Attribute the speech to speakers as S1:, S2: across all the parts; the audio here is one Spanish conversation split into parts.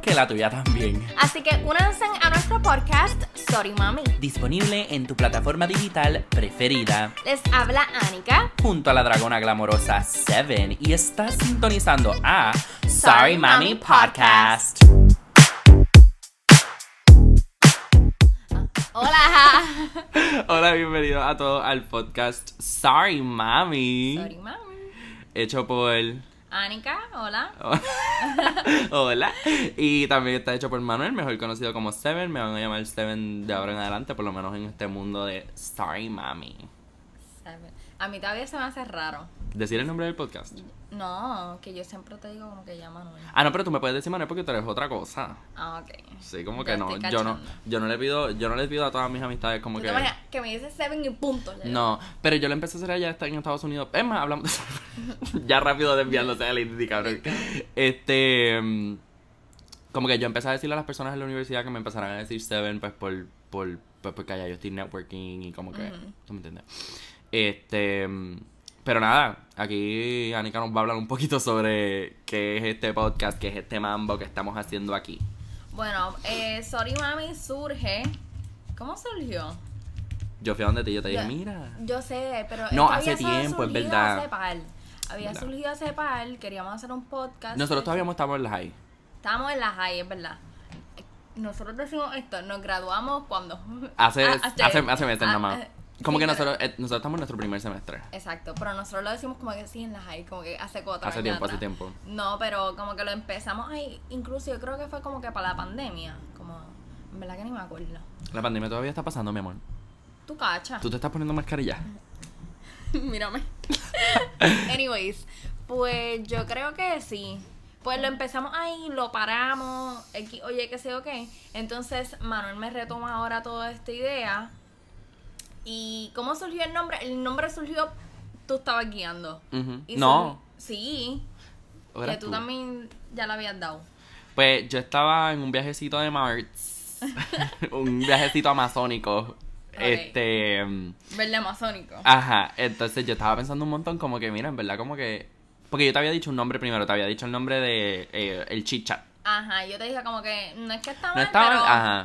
S1: que la tuya también.
S2: Así que únanse a nuestro podcast Sorry Mami.
S1: Disponible en tu plataforma digital preferida.
S2: Les habla Anika.
S1: Junto a la dragona glamorosa Seven y estás sintonizando a Sorry,
S2: Sorry
S1: Mommy,
S2: Mommy
S1: Podcast.
S2: Hola.
S1: Hola, bienvenido a todos al podcast Sorry Mami.
S2: Sorry Mami.
S1: Hecho por.
S2: Anika, hola.
S1: Hola. Y también está hecho por Manuel, mejor conocido como Seven. Me van a llamar Seven de ahora en adelante, por lo menos en este mundo de Sorry Mami.
S2: A mí todavía se me hace raro.
S1: Decir el nombre del podcast.
S2: No, que yo siempre te digo como que ya Manuel.
S1: Ah, no, pero tú me puedes decir Manuel porque tú eres otra cosa.
S2: Ah, ok.
S1: Sí, como
S2: Ya
S1: que no.
S2: estoy
S1: Yo no,
S2: cachando.
S1: yo no le pido, yo no les pido a todas mis amistades como
S2: Tú
S1: que.
S2: te imaginas que me dices Seven y punto. ya.
S1: No, pero yo lo empecé a hacer allá está en Estados Unidos. Es más, hablamos de eso. ya rápido desviándose de la identidad, cabrón. Este. mm, Como que yo empecé a decirle a las personas en la universidad que me empezaran a decir Seven, pues por. por pues porque allá yo estoy networking y como que.
S2: Ujú.
S1: ¿Tú me entiendes? Este. mm, Pero nada, aquí Anika nos va a hablar un poquito sobre qué es este podcast, qué es este mambo que estamos haciendo aquí.
S2: Bueno, eh, Sorry Mami surge. ¿Cómo surgió?
S1: Yo fui a donde ti y yo te dije,
S2: Ya.
S1: mira.
S2: Yo sé, pero.
S1: No,
S2: esto
S1: hace
S2: había solo
S1: tiempo, es
S2: surgido
S1: verdad.
S2: hace par. Había
S1: Verdad.
S2: surgido hace par, queríamos hacer un podcast.
S1: Nosotros todavía estamos en la high.
S2: Estábamos en la high, es verdad. Nosotros decimos esto, nos graduamos cuando.
S1: Hace,
S2: Ah,
S1: hace, hace meses nada
S2: ah,
S1: más.
S2: eh,
S1: Como
S2: sí,
S1: que
S2: pero-
S1: nosotros, eh, nosotros estamos en nuestro primer semestre.
S2: Exacto, pero nosotros lo decimos como que sí en la high, como que hace cuatro
S1: Hace
S2: años
S1: tiempo,
S2: atrás.
S1: hace tiempo.
S2: No, pero como que lo empezamos ahí, incluso yo creo que fue como que para la pandemia, como. En verdad que ni me acuerdo.
S1: La pandemia todavía está pasando, mi amor.
S2: Tú cachas.
S1: Tú te estás poniendo mascarilla.
S2: Mírame. Anyways, pues yo creo que sí. Pues lo empezamos ahí, lo paramos, equi- oye, qué sé yo qué. Entonces Manuel me retoma ahora toda esta idea. ¿Y cómo surgió el nombre? El nombre surgió, tú estabas guiando.
S1: Ujú.
S2: Y
S1: No,
S2: surgi- sí,
S1: ¿o eras
S2: que tú,
S1: tú?
S2: también ya la habías dado.
S1: Pues yo estaba en un viajecito de Marts. un viajecito amazónico.
S2: Ok.
S1: Este. mm,
S2: Verde amazónico.
S1: Ah. Ajá. Entonces yo estaba pensando un montón, como que, mira, en verdad, como que. Porque yo te había dicho un nombre primero, te había dicho el nombre de eh, el chicha.
S2: Ajá, yo te dije como que no es que está
S1: No
S2: mal,
S1: está mal,
S2: pero,
S1: ajá.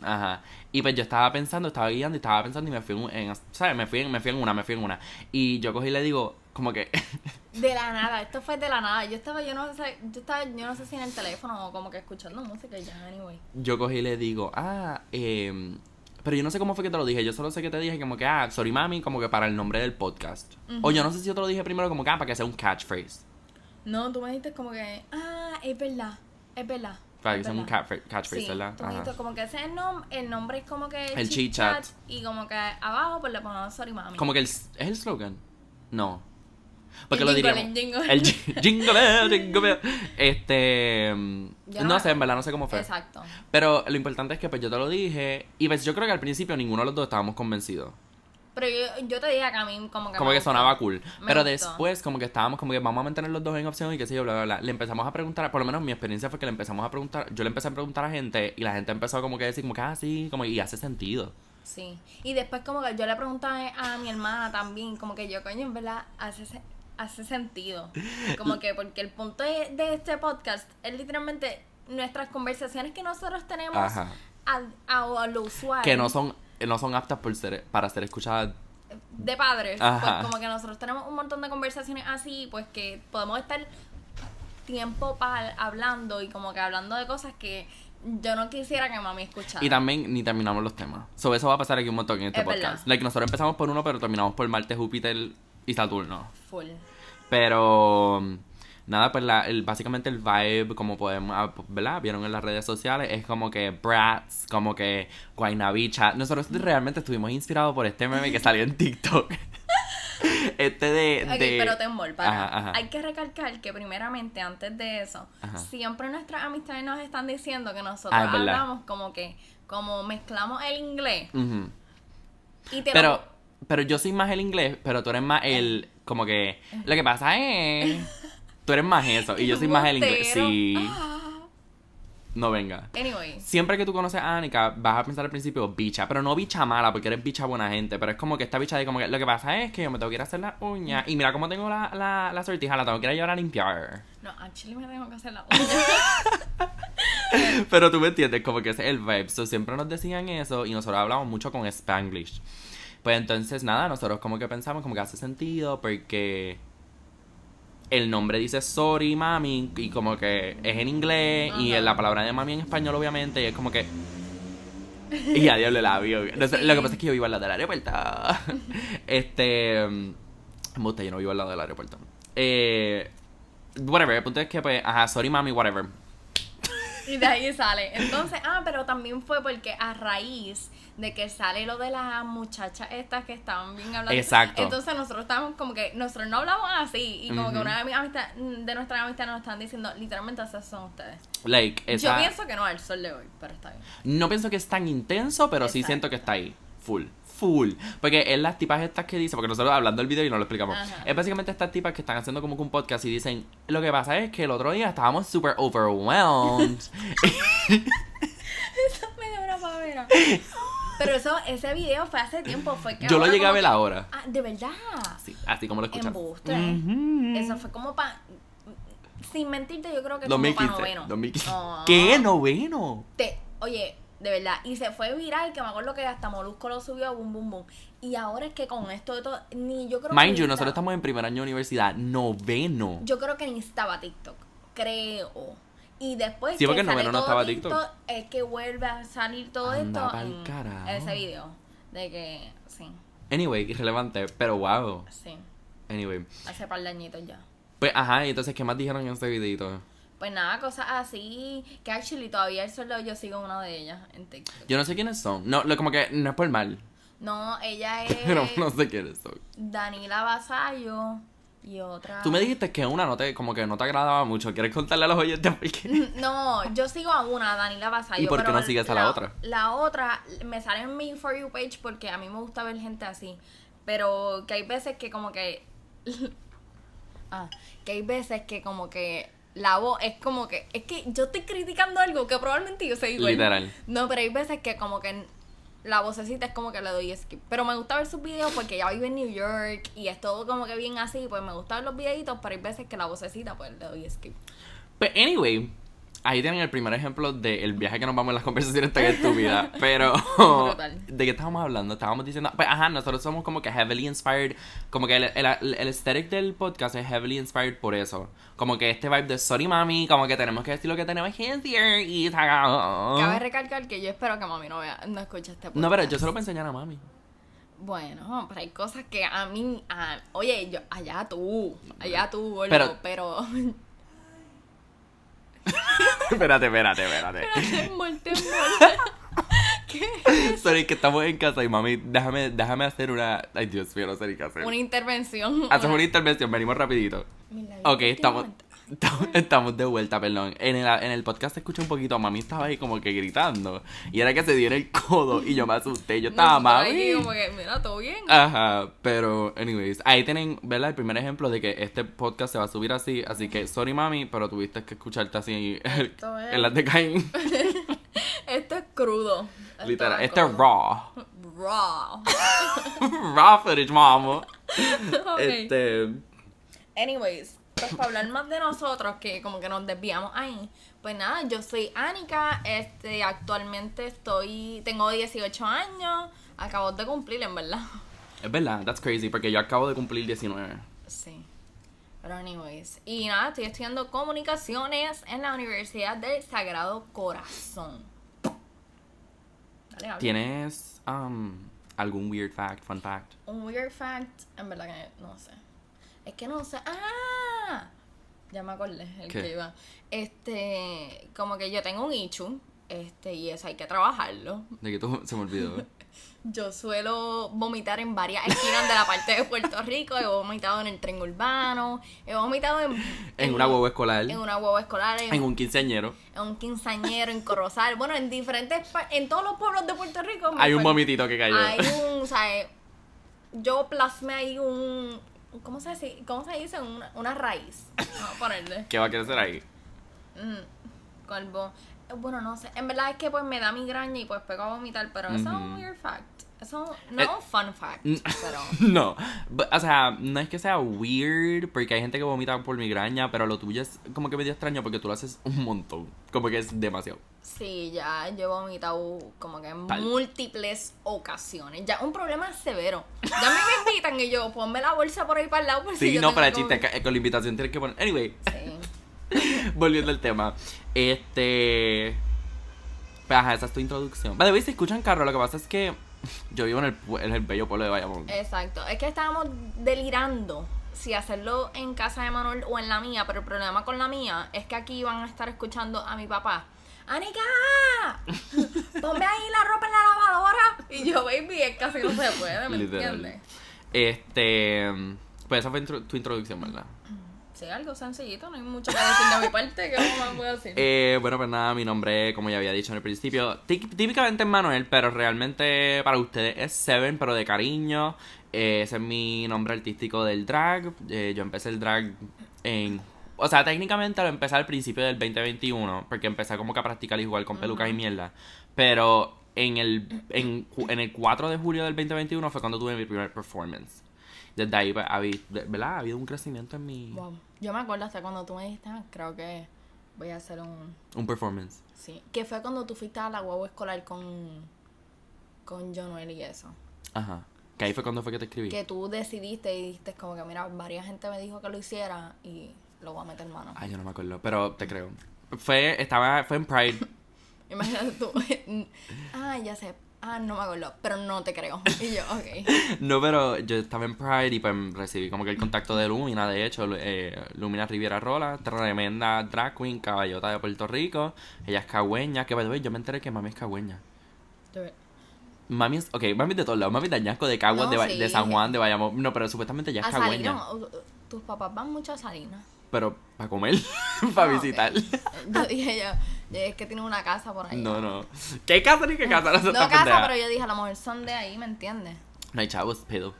S2: mm,
S1: Ajá. Y pues yo estaba pensando, estaba guiando y estaba pensando y me fui en, en- ¿sabes? Me fui en, me fui en una, me fui en una. Y yo cogí y le digo, como que,
S2: De la nada, esto fue de la nada. Yo estaba, yo no sé, yo estaba, yo no sé si en el teléfono o como que escuchando música y ya, anyway.
S1: yo cogí y le digo, ah, eh, pero yo no sé cómo fue que te lo dije, yo solo sé que te dije como que, ah, sorry mami, como que para el nombre del podcast. O yo no sé si yo te lo dije primero como que, ah, para que sea un catchphrase.
S2: No, tú me dijiste como que, ah, es verdad, es verdad.
S1: Para que
S2: es
S1: sea un
S2: verdad".
S1: catchphr- catchphrase,
S2: Sí,
S1: ¿verdad?
S2: tú me dijiste
S1: Ajá.
S2: como que ese es el nombre, el nombre es como que
S1: El
S2: Chit
S1: Chit-Chat.
S2: Chat, y como que abajo pues le ponemos sorry mami.
S1: Como que el, es el slogan. No. Porque
S2: El
S1: lo
S2: jingle,
S1: diríamos.
S2: el jingle.
S1: El jing- jingle bell, jingle bell. Este. mm,
S2: Ya.
S1: No sé, en verdad no sé cómo fue.
S2: Exacto.
S1: Pero lo importante es que pues yo te lo dije y pues yo creo que al principio ninguno de los dos estábamos convencidos.
S2: Pero yo, yo te dije que a mí como que
S1: Como
S2: me
S1: que
S2: gustó.
S1: sonaba cool.
S2: Me
S1: Pero
S2: gustó.
S1: después como que estábamos como que vamos a mantener los dos en opción y qué sé yo, bla, bla, bla. Le empezamos a preguntar, por lo menos mi experiencia fue que le empezamos a preguntar, yo le empecé a preguntar a gente y la gente empezó como que a decir como que ah, sí, como y hace sentido.
S2: Sí. Y después como que yo le preguntaba a mi hermana también, como que yo, coño, en verdad, hace, se- hace sentido. Como que porque el punto de, de este podcast es literalmente nuestras conversaciones que nosotros tenemos
S1: Ajá.
S2: a, a- a lo usual.
S1: Que no son no son aptas por ser, para ser escuchadas.
S2: De padres.
S1: Ajá.
S2: Pues como que nosotros tenemos un montón de conversaciones así, pues que podemos estar tiempo para hablando y como que hablando de cosas que yo no quisiera que mami escuchara.
S1: Y también ni terminamos los temas. Sobre eso va a pasar aquí un montón en este
S2: Es verdad.
S1: podcast. Like, nosotros empezamos por uno, pero terminamos por Marte, Júpiter y Saturno.
S2: Full.
S1: Pero mm, nada, pues la, el- básicamente el vibe, como podemos, ah, pues, ¿verdad? Vieron en las redes sociales, es como que brats, como que guaynabicha. Nosotros realmente estuvimos inspirados por este meme que salió en TikTok. este de...
S2: Ok,
S1: de-
S2: pero te envolpa.
S1: Ajá, ajá.
S2: Hay que recalcar que primeramente, antes de eso,
S1: Ajá.
S2: siempre nuestras amistades nos están diciendo que nosotros
S1: Ah, es verdad.
S2: hablamos como que, como mezclamos el inglés
S1: Ujú.
S2: y te
S1: Pero, pero yo soy más el inglés, pero tú eres más el... Como que... Lo que pasa es... Tú eres más eso y yo soy más el inglés.
S2: Montero.
S1: Sí. No venga.
S2: Ah, Anyway,
S1: Siempre que tú conoces a Anika, vas a pensar al principio bicha, pero no bicha mala, porque eres bicha buena gente, pero es como que esta bicha de como que lo que pasa es que yo me tengo que ir a hacer las uñas y mira cómo tengo la, la, la sortija, la tengo que ir a llevar a limpiar.
S2: no, actually me tengo que hacer la uña.
S1: Pero tú me entiendes, como que ese es el vibe. So, siempre nos decían eso y nosotros hablábamos mucho con Spanglish. Pues entonces, nada, nosotros como que pensamos como que hace sentido porque el nombre dice sorry, mami, y como que es en inglés y
S2: Ajá.
S1: la palabra de mami en español, obviamente, y es como que. Y a Dios le la vio. Entonces,
S2: Sí.
S1: Lo que pasa es que yo vivo al lado del aeropuerto. este. Me gusta, yo no vivo al lado del aeropuerto. Eh, whatever, el punto es que, pues, ajá, sorry, mami, whatever.
S2: Y de ahí sale. Entonces, ah, pero también fue porque a raíz de que sale lo de las muchachas estas que estaban bien hablando.
S1: Exacto.
S2: Entonces nosotros estábamos como que, nosotros no hablamos así. Y como que
S1: Ujú.
S2: una de mis amistad, de nuestra amistad nos están diciendo, literalmente esas son ustedes.
S1: Like, esa-
S2: Yo pienso que no al sol de hoy, pero está bien.
S1: No pienso que es tan intenso, pero sí
S2: Exacto.
S1: siento que está ahí. Full. Full. Porque es las tipas estas que dicen, porque nosotros hablando del video y no lo explicamos.
S2: Ajá.
S1: Es básicamente estas tipas que están haciendo como que un podcast y dicen, lo que pasa es que el otro día estábamos super overwhelmed.
S2: Eso me dio una pavera. Pero eso, ese video fue hace tiempo, fue que
S1: Yo lo
S2: ahora
S1: llegué a
S2: como
S1: ver
S2: que-
S1: ahora.
S2: Ah, de verdad.
S1: Sí, así como lo escuchas.
S2: Embuste.
S1: Ujú.
S2: Eso fue como para sin mentirte, yo creo que como para
S1: 2015.
S2: noveno.
S1: 2015.
S2: Ah.
S1: ¿Qué noveno?
S2: Te- oye, de verdad, y se fue viral, que me acuerdo que hasta Molusco lo subió a Bum Bum Bum. Y ahora es que con esto de todo, ni yo creo que
S1: Mind
S2: ni
S1: you,
S2: estaba-
S1: nosotros estamos en primer año de universidad, noveno.
S2: Yo creo que ni estaba TikTok, creo. Y después
S1: Sí, porque en
S2: sale
S1: noveno no
S2: todo
S1: estaba TikTok.
S2: Es que vuelve a salir todo
S1: Anda
S2: esto
S1: pa'l carajo.
S2: ese video. De que, sí,
S1: Anyway, irrelevante, pero wow.
S2: sí,
S1: Anyway.
S2: hace par de añitos ya.
S1: Pues ajá, y entonces, ¿qué más dijeron en este videito?
S2: Pues nada, cosas así, que actually todavía el solo yo sigo una de ellas en TikTok.
S1: Yo no sé quiénes son. No, lo, como que no es por mal.
S2: No, ella es
S1: Pero no sé quiénes son.
S2: Danila Basayo y otra.
S1: Tú me dijiste que una no te, como que no te agradaba mucho. ¿Quieres contarle a los oyentes por qué?
S2: No, yo sigo a una, Danila Basayo.
S1: ¿Y por qué
S2: pero
S1: no sigues a la otra?
S2: La otra me sale en mi For You page porque a mí me gusta ver gente así. Pero que hay veces que como que... ah, que hay veces que como que la voz es como que... Es que yo estoy criticando algo que probablemente yo sé igual.
S1: Literal.
S2: No, pero hay veces que como que la vocecita es como que le doy skip. Pero me gusta ver sus videos porque ella vive en New York y es todo como que bien así. Pues me gustan los videitos, pero hay veces que la vocecita pues le doy skip.
S1: Pero Pues, anyway, ahí tienen el primer ejemplo del viaje que nos vamos en las conversaciones tan estúpidas. Pero,
S2: Brutal.
S1: ¿de qué estábamos hablando? Estábamos diciendo, pues ajá, nosotros somos como que heavily inspired. Como que el, el, el aesthetic del podcast es heavily inspired por eso. Como que este vibe de sorry mami, como que tenemos que decir lo que tenemos que decir y
S2: Cabe
S1: saca.
S2: recalcar que yo espero que mami no vea, no escuche este podcast.
S1: No, pero yo se lo voy a enseñar a mami.
S2: Bueno, pero hay cosas que a mí, a- oye, yo, allá tú, allá tú, gordo, pero,
S1: Pero-
S2: pero
S1: espérate, espérate,
S2: muerte,
S1: espérate.
S2: muerte. ¿Qué?
S1: Sorry, que estamos en casa y mami, déjame, déjame hacer una. Ay, Dios mío, no sé ni qué hacer.
S2: Una intervención.
S1: Hacemos
S2: una-
S1: Ah, una intervención, venimos rapidito.
S2: Mis labios
S1: Ok, estamos, estamos, estamos de vuelta, perdón. En el, en el podcast se escucha un poquito, mami estaba ahí como que gritando. Y era que se dio en el codo y yo me asusté. Yo estaba, Ah.
S2: Nosotros aquí
S1: mami.
S2: como que, mira, todo bien.
S1: Ajá, pero, anyways, ahí tienen, ¿verdad? El primer ejemplo de que este podcast se va a subir así. Así que, sorry, mami, pero tuviste que escucharte así
S2: Esto es-
S1: en las de Caín.
S2: Esto es crudo. Esto
S1: Literal,
S2: es
S1: este es
S2: crudo.
S1: raw.
S2: Raw.
S1: raw footage, mamo.
S2: Ok.
S1: Este.
S2: Anyways, pues para hablar más de nosotros, que como que nos desviamos ahí, pues nada, yo soy Anika, este, actualmente estoy, tengo 18 años, acabo de cumplir, en verdad.
S1: Es verdad, that's crazy, porque yo acabo de cumplir 19.
S2: Sí. Pero anyways, y nada, estoy estudiando comunicaciones en la Universidad del Sagrado Corazón. Dale, habla.
S1: ¿Tienes um, algún weird fact, fun fact?
S2: Un weird fact, en verdad que no sé. Es que no sé. ¡Ah! Ya me acordé el
S1: ¿Qué?
S2: que iba. Este, como que yo tengo un ichu, este, y eso hay que trabajarlo.
S1: De que tú se me olvidó.
S2: Yo suelo vomitar en varias esquinas de la parte de Puerto Rico, he vomitado en el tren urbano, he vomitado en,
S1: en una huevo escolar,
S2: en una huevo escolar, en,
S1: en un quinceañero,
S2: en un quinceañero, en Corozal, bueno, en diferentes pa- en todos los pueblos de Puerto Rico. me
S1: hay un
S2: fue-
S1: momitito que cayó.
S2: hay un, o sea, eh, yo plasmé ahí un, ¿cómo se dice? ¿Cómo se dice? Una, una raíz. Vamos a ponerle.
S1: ¿Qué va a crecer ahí?
S2: Mm, con el bo- eh, Bueno, no sé. En verdad es que pues me da migraña y pues pego a vomitar, pero eso es un
S1: Ujú. Eh, mm.
S2: weird fact. Eso no es un fun fact, pero.
S1: No, but, o sea, no es que sea weird, porque hay gente que vomita por migraña, pero lo tuyo es como que medio extraño porque tú lo haces un montón, como que es demasiado.
S2: Sí, ya yo he vomitado como que en
S1: Tal.
S2: múltiples ocasiones. Ya un problema severo. Ya me invitan y yo, ponme la bolsa por ahí para el lado. Por si
S1: Sí,
S2: yo
S1: no,
S2: tengo
S1: para el chiste,
S2: COVID.
S1: que- con la invitación tienes que poner. Anyway,
S2: Sí.
S1: volviendo al tema. Este. Pues, ajá, esa es tu introducción. Vale, si escuchan carro, lo que pasa es que yo vivo en el, pue- en el bello pueblo de Bayamón.
S2: Exacto. Es que estábamos delirando si hacerlo en casa de Manuel o en la mía, pero el problema con la mía es que aquí van a estar escuchando a mi papá. ¡Anica! ¡Ponme ahí la ropa en la lavadora! Y yo, baby, es que así no se puede, ¿me
S1: Literal.
S2: entiendes?
S1: Este. Pues esa fue intro- tu introducción, ¿verdad?
S2: Sí, algo sencillito, no hay mucho que decir de mi parte, que no más puedo decir.
S1: Eh, bueno, pues nada, mi nombre, como ya había dicho en el principio, tí- típicamente es Manuel, pero realmente para ustedes es Seven, pero de cariño. Eh, ese es mi nombre artístico del drag. Eh, yo empecé el drag en... O sea, técnicamente lo empecé al principio del 2021, porque empecé como que a practicar igual con pelucas y mierda. Pero en el, en, ju- en el 4 de julio del 2021 fue cuando tuve mi primer performance. Desde ahí, pues, habí- de- ¿verdad? Ha habido un crecimiento en mi...
S2: Wow. Yo me acuerdo hasta cuando tú me dijiste, "Ah, creo que voy a hacer un...
S1: Un performance.
S2: Sí. Que fue cuando tú fuiste a la guagua escolar con... Con Jonuel y eso.
S1: Ajá. Que ahí fue cuando fue que te escribí.
S2: que tú decidiste y dijiste como que mira, varias gente me dijo que lo hiciera y lo voy a meter mano.
S1: Ay, yo no me acuerdo, pero te creo. Fue, estaba, fue en Pride.
S2: Imagínate tú. ah, ya sé. Ah, no me acuerdo, pero no te creo. Y yo, ok.
S1: No, pero yo estaba en Pride y pues recibí como que el contacto de Lumina, de hecho, Lu- eh, Lumina Riviera Rola, tremenda drag queen, caballota de Puerto Rico. Ella es cagüeña, que by the way, yo me enteré que mami es cagüeña.
S2: Yo-
S1: Mami es, ok, mami es de todos lados, mami es de Añasco, de Caguas,
S2: No,
S1: de, Ba-
S2: sí.
S1: de San Juan, de Bayamón. No, pero supuestamente ella es
S2: A
S1: cagüeña.
S2: Salinas, Ah, u- u- tus papás van mucho a Salinas.
S1: Pero para comer, para
S2: Ah, ok.
S1: visitar.
S2: Yo dije yo, yo, "Eh, es que tiene una casa por ahí.
S1: No, no. ¿Qué casa ni qué casa? No, seas
S2: No
S1: tan
S2: casa,
S1: pendeja.
S2: pero yo dije, a lo mejor son de ahí, ¿me entiendes?
S1: No hay chavos, pedo.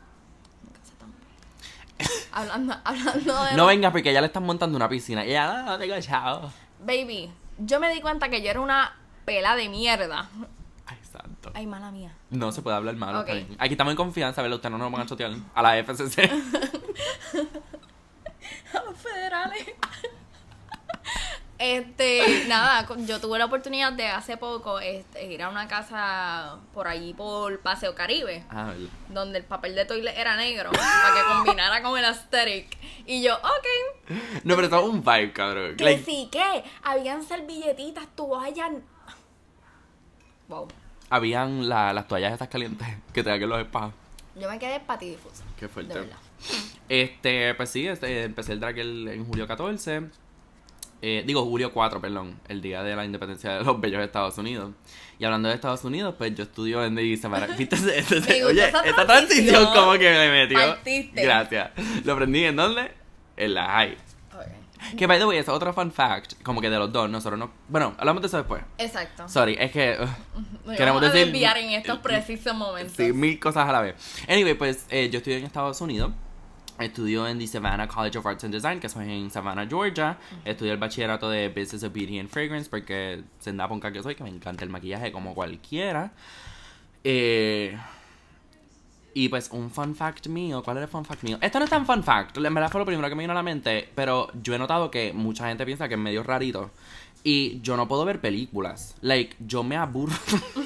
S2: No casa tan hablando, hablando de
S1: No vengas porque ya le están montando una piscina. Y ya, no, no tengo chavos.
S2: Baby, yo me di cuenta que yo era una pela de mierda.
S1: Ay, santo.
S2: Ay, mala mía.
S1: No se puede hablar mal.
S2: Ok.
S1: Aquí estamos en confianza, ¿verdad? Ustedes no nos van a chotear a la FCC.
S2: a los federales. Este, nada, con- yo tuve la oportunidad de hace poco este, ir a una casa por allí por Paseo Caribe,
S1: Ah, ¿verdad?
S2: donde el papel de toilet era negro, para que combinara con el aesthetic. Y yo, ok,
S1: No, pero eso es un vibe, cabrón.
S2: que
S1: Like,
S2: sí, que habían servilletitas, toallas. Wow,
S1: habían la- las toallas estas calientes que te dan en los spas.
S2: yo me quedé patidifusa.
S1: Qué fuerte.
S2: De verdad.
S1: Este, pues sí, este, empecé el drag el- en julio 14. Eh, digo, julio 4, perdón, el día de la independencia de los bellos Estados Unidos. Y hablando de Estados Unidos, pues yo estudio en mi semana. ¿Viste? ese- ese- ese-
S2: Me gustó
S1: oye,
S2: esa
S1: esta transición
S2: transición.
S1: como que me metió.
S2: Partiste.
S1: Gracias. ¿Lo aprendí en dónde? En la high.
S2: Ok.
S1: Que by the way, es otro fun fact, como que de los dos, nosotros no. Bueno, hablamos de eso después.
S2: Exacto.
S1: Sorry, es que. ugh,
S2: Nos
S1: queremos
S2: vamos a
S1: decir-
S2: desviar en estos precisos momentos.
S1: sí, mil cosas a la vez. Anyway, pues eh, yo estudié en Estados Unidos. Estudio en the Savannah College of Arts and Design, que eso es en Savannah, Georgia. Estudié el bachillerato de Business of Beauty and Fragrance, porque se da ponca que soy, que me encanta el maquillaje como cualquiera. Eh, y pues un fun fact mío, ¿cuál era el fun fact mío? Esto no es tan fun fact, en verdad fue lo primero que me vino a la mente, pero yo he notado que mucha gente piensa que es medio rarito. Y yo no puedo ver películas. Like, yo me aburro.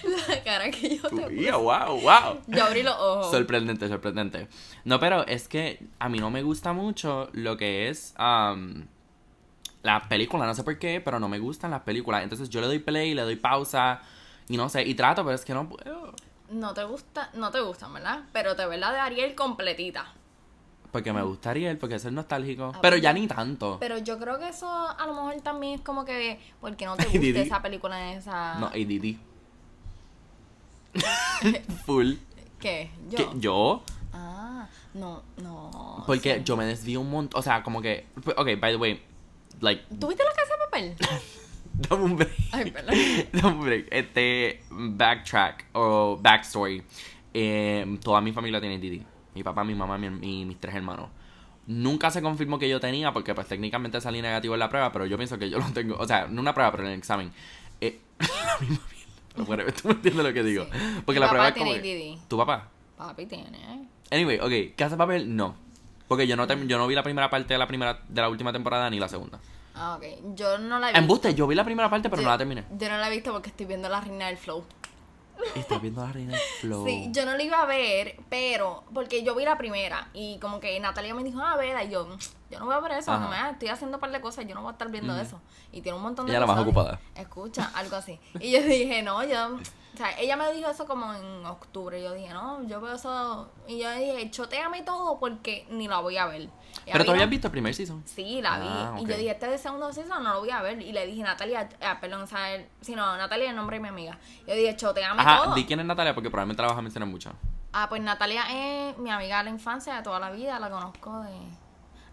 S2: La cara que yo te puse.
S1: wow, wow.
S2: Yo abrí los ojos.
S1: Sorprendente, sorprendente. No, pero es que a mí no me gusta mucho lo que es am, las películas. No sé por qué, pero no me gustan las películas. Entonces yo le doy play, le doy pausa y no sé, y trato, pero es que no puedo.
S2: No te gusta, no te gustan, ¿verdad? Pero te ves la de Ariel completita.
S1: Porque me gustaría él, porque eso es nostálgico.
S2: Ah,
S1: Pero
S2: bueno.
S1: ya ni tanto.
S2: Pero yo creo que eso a lo mejor también es como que porque no te
S1: Ay, Didi.
S2: gusta esa película esa
S1: No, eh, ADD. Full.
S2: ¿Qué? Yo.
S1: Que yo,
S2: Ah, no, no.
S1: porque
S2: sí.
S1: yo me desvío un montón. O sea, como que. Ok, by the way, like,
S2: ¿Tuviste la casa de papel?
S1: dame un break.
S2: Ay, perdón.
S1: No, hombre, este backtrack o backstory. Eh, toda mi familia tiene Didi. Mi papá, mi mamá mi- mi- mis tres hermanos. Nunca se confirmó que yo tenía porque pues técnicamente salí negativo en la prueba, pero yo pienso que yo lo tengo. O sea, no una prueba, pero en el examen. Eh, la misma mierda. whatever, tú me entiendes lo que digo.
S2: Sí.
S1: Porque
S2: Mi papá
S1: la prueba es
S2: tiene
S1: como que-
S2: ADD.
S1: ¿Tu papá?
S2: Papi tiene.
S1: Anyway, ok, Casa de Papel no. Porque yo no,
S2: Mm.
S1: term- yo no vi la primera parte de la primera de la última temporada ni la segunda.
S2: Ah, ok. Yo no la he visto.
S1: Embuste, yo vi la primera parte pero no la terminé.
S2: Yo no la he visto porque estoy viendo La Reina del Flow.
S1: Estás viendo la reina del flow.
S2: Sí, yo no la iba a ver, pero porque yo vi la primera y como que Natalia me dijo, ah, vela, y yo, "Mm, yo no voy a ver eso,
S1: Ajá.
S2: mamá, estoy haciendo un par de cosas, yo no voy a estar viendo eso. Y tiene un montón de
S1: Ella la más
S2: cosas.
S1: ocupada.
S2: Escucha, algo así. Y yo dije, no, yo, o sea, ella me dijo eso como en octubre, yo dije, no, yo veo eso, y yo dije, choteame todo porque ni la voy a ver. Y
S1: Pero tú
S2: había-
S1: habías visto el primer season.
S2: Sí, la vi.
S1: Ah,
S2: Y
S1: ok.
S2: yo dije, este de segundo season no lo voy a ver. Y le dije, Natalia, eh, perdón, o sea, el- sí, no, Natalia es el nombre de mi amiga. Yo dije, choteame
S1: Ajá,
S2: todo.
S1: di quién es Natalia porque probablemente la vas a mencionar mucho.
S2: Ah, pues Natalia es mi amiga de la infancia, de toda la vida, la conozco de...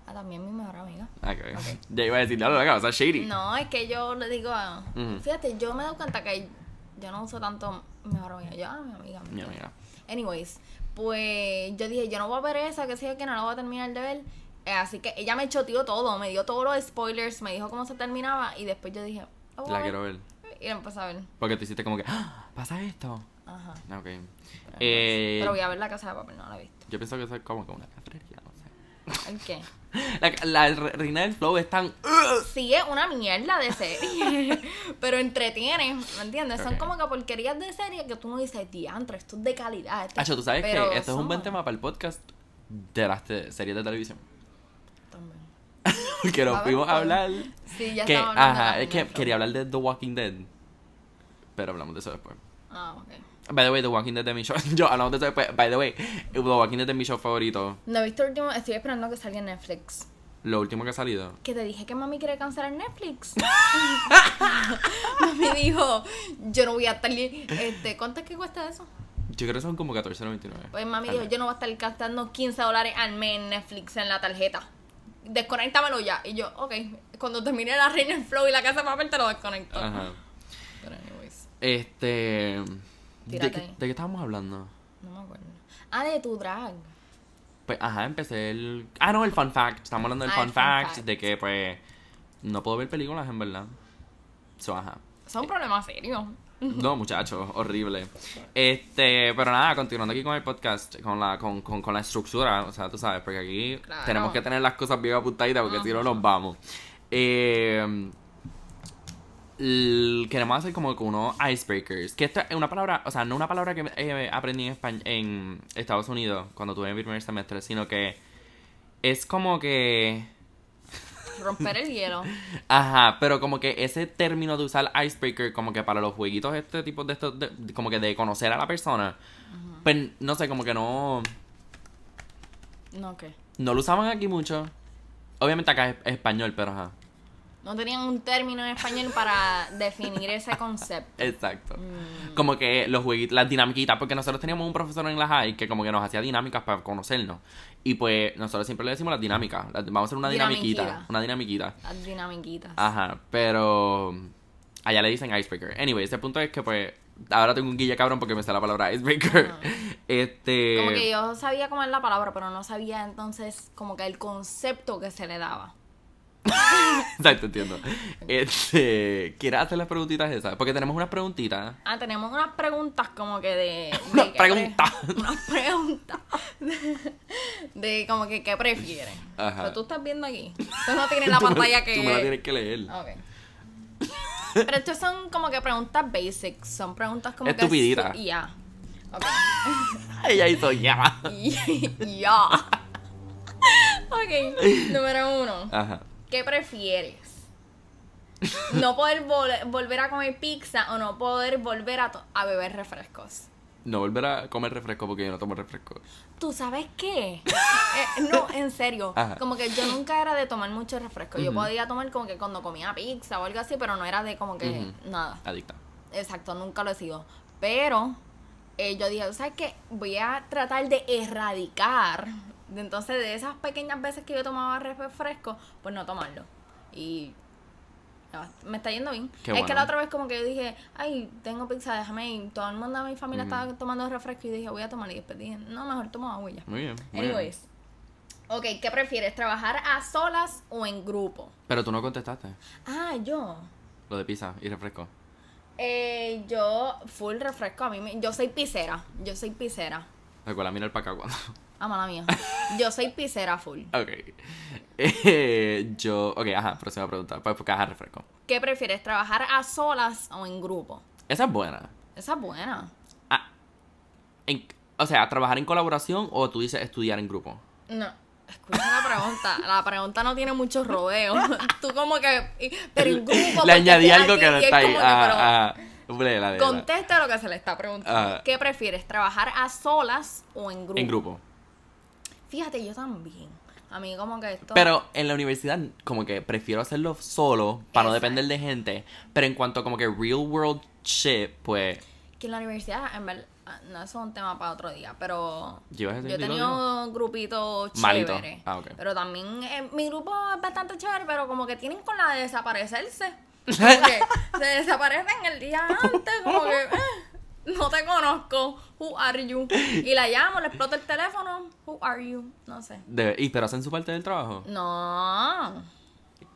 S2: Ah, también mi mejor amiga.
S1: Ah, ok. Ya iba a decir, no, no, no, o sea, shady.
S2: No, es que yo le digo a...
S1: Ujú.
S2: Fíjate, yo me he dado cuenta que yo no uso tanto mejor amiga. Yo, ah, mi amiga. mi
S1: Mi
S2: amiga.
S1: amiga.
S2: Anyways, pues yo dije, yo no voy a ver esa, que sé yo, que no la voy a terminar de ver. Eh, Así que ella me choteó todo, me dio todos los spoilers, me dijo cómo se terminaba y después yo dije... "La voy a
S1: La quiero ver.
S2: Y la empecé a ver.
S1: Porque tú hiciste como que, "Ah, ¿pasa esto?
S2: Ajá.
S1: Ah, Ok. Eh,
S2: Pero voy a ver la casa de papel, no la he visto.
S1: Yo pienso que eso es como que una cafrería, no sé.
S2: ¿El qué?
S1: La, la re- reina del flow es tan. ¡ah!
S2: sí es una mierda de serie, pero entretiene, ¿me entiendes? Son
S1: Ok.
S2: como que porquerías de serie que tú no dices, diantre, esto es de calidad. esto-
S1: Hacho, Ah, tú sabes
S2: pero
S1: que esto es un
S2: son
S1: buen tema para el podcast de las te- series de televisión.
S2: buenas también.
S1: Porque nos
S2: Vamos
S1: fuimos a
S2: con-
S1: hablar.
S2: Sí, ya
S1: que,
S2: estaba hablando de
S1: ajá,
S2: la
S1: es que
S2: primera
S1: quería hablar de The Walking Dead. Pero hablamos de eso después.
S2: Ah, ok.
S1: By the way, The Walking Dead de mi show. Yo hablamos de eso después. By the way, The Walking Dead de mi show favorito.
S2: No he visto el último, estoy esperando que salga en Netflix.
S1: Lo último que ha salido.
S2: Que te dije que mami quiere cancelar Netflix. mami dijo, yo no voy a estar. Este, ¿Cuánto es que cuesta eso?
S1: Yo creo que son como 14.99.
S2: Pues mami
S1: Al
S2: dijo,
S1: mes.
S2: yo no voy a estar gastando 15 dólares al mes en Netflix en la tarjeta. Desconéctamelo ya. Y yo, ok, cuando termine la Reina del Flow y la casa de papel te lo desconecto.
S1: Ajá.
S2: Pero anyways,
S1: Este. ¿De,
S2: Tírate
S1: qué-
S2: ahí.
S1: ¿De qué estábamos hablando?
S2: no me acuerdo. Ah, de tu drag.
S1: Pues, ajá, empecé el. Ah, no, el fun fact. Estamos hablando del
S2: Ah,
S1: fun,
S2: el fun
S1: fact,
S2: fact.
S1: de que, pues. No puedo ver películas, en verdad. So, ajá.
S2: Son un problema serio.
S1: No, muchachos, horrible. Este, pero nada, continuando aquí con el podcast, con la, con, con, con la estructura, o sea, tú sabes, porque aquí
S2: Claro.
S1: tenemos que tener las cosas bien apuntaditas porque si no nos vamos. Eh, l- queremos hacer como que unos icebreakers, que esta es una palabra, o sea, no una palabra que eh, aprendí en, Espa- en Estados Unidos cuando tuve mi primer semestre, sino que es como que...
S2: Romper el hielo.
S1: Ajá, pero como que ese término de usar icebreaker como que para los jueguitos este tipo de estos, de- de- como que de conocer a la persona, pues no sé, como que no,
S2: No, ¿qué?
S1: no lo usaban aquí mucho. Obviamente acá es, es español, pero ajá.
S2: No tenían un término en español para definir ese concepto.
S1: Exacto.
S2: Mm.
S1: Como que los jueguitos, las dinamiquitas, porque nosotros teníamos un profesor en la high que como que nos hacía dinámicas para conocernos. Y pues nosotros siempre le decimos las dinámicas. las- vamos a hacer una dinamiquita.
S2: Dinamiquita.
S1: Una dinamiquita.
S2: Las dinamiquitas.
S1: Ajá, pero allá le dicen icebreaker. Anyway, ese punto es que pues ahora tengo un guille cabrón porque me sale la palabra icebreaker. Este
S2: Como que yo sabía cómo es la palabra, pero no sabía entonces como que el concepto que se le daba.
S1: Exacto, entiendo. Este, ¿quieres hacer las preguntitas esas? Porque tenemos unas preguntitas.
S2: Ah, tenemos unas preguntas como que de.
S1: Unas
S2: de qué
S1: preguntas.
S2: pre- Unas preguntas. De como que qué prefieres.
S1: Ajá.
S2: Pero tú estás viendo aquí. Tú no tienes la
S1: Tú me-
S2: pantalla que.
S1: Tú me la tienes que leer.
S2: Ok. Pero estas son como que preguntas basics. Son preguntas como
S1: Estupidita.
S2: que. Ya. Ok.
S1: Ella hizo ya.
S2: Ya. Ok. Número uno.
S1: Ajá.
S2: ¿Qué prefieres? No poder vol- volver a comer pizza o no poder volver a, to- a beber refrescos.
S1: No volver a comer refresco porque yo no tomo refresco.
S2: ¿Tú sabes qué? Eh, no, en serio.
S1: Ajá.
S2: Como que yo nunca era de tomar mucho refresco. Yo podía tomar como que cuando comía pizza o algo así, pero no era de como que
S1: Ujú.
S2: nada.
S1: Adicta.
S2: Exacto, nunca lo he sido. Pero eh, yo dije, ¿sabes qué? Voy a tratar de erradicar. de Entonces, de esas pequeñas veces que yo tomaba refresco, pues no tomarlo. Y ya, me está yendo bien.
S1: Qué
S2: es que
S1: bueno.
S2: la otra vez como que yo dije, ay, tengo pizza, déjame ir. Todo el mundo de mi familia estaba tomando refresco y dije, voy a tomar. Y después dije, no, mejor tomo agua y ya.
S1: Muy bien. muy bien.
S2: Anyways. Ok, ¿qué prefieres? ¿Trabajar a solas o en grupo?
S1: Pero tú no contestaste
S2: Ah, yo.
S1: lo de pizza y refresco.
S2: Eh, yo, full refresco, a mí me- yo soy pisera, yo soy pisera.
S1: La cual mira el para acá cuando.
S2: Ah, mala mía. Yo soy pisera full.
S1: Ok. Eh, yo. Ok, ajá, próxima pregunta. Pues porque ajá, refresco.
S2: ¿Qué prefieres, trabajar a solas o en grupo?
S1: Esa es buena.
S2: Esa es buena.
S1: Ah, en- o sea, trabajar en colaboración o tú dices estudiar en grupo.
S2: No. Escucha la pregunta. La pregunta no tiene muchos rodeos. Tú como que... y- Pero en grupo... porque
S1: Le añadí
S2: estoy
S1: algo
S2: aquí
S1: que no
S2: y es
S1: está ahí.
S2: como que, pero
S1: Ah, ah, léela, léela.
S2: Contesta lo que se le está preguntando.
S1: Ah.
S2: ¿Qué prefieres, trabajar a solas o en grupo?
S1: En grupo.
S2: Fíjate, yo también. A mí como que esto...
S1: Pero en la universidad, como que prefiero hacerlo solo para no depender de gente. Pero en cuanto como que real world shit, pues.
S2: Que en la universidad, en verdad... ah, No, eso es un tema para otro día, pero...
S1: ¿Yo ibas a decir
S2: Yo he
S1: lo
S2: tenido grupitos
S1: Malito.
S2: chéveres.
S1: Ah, ok.
S2: Pero también eh, mi grupo es bastante chévere, pero como que tienen con la de desaparecerse. Como que se desaparecen el día antes, como que eh, no te conozco. Who are you? Y la llamo, le exploto el teléfono. Who are you? No sé.
S1: De- ¿Y pero hacen su parte del trabajo?
S2: No,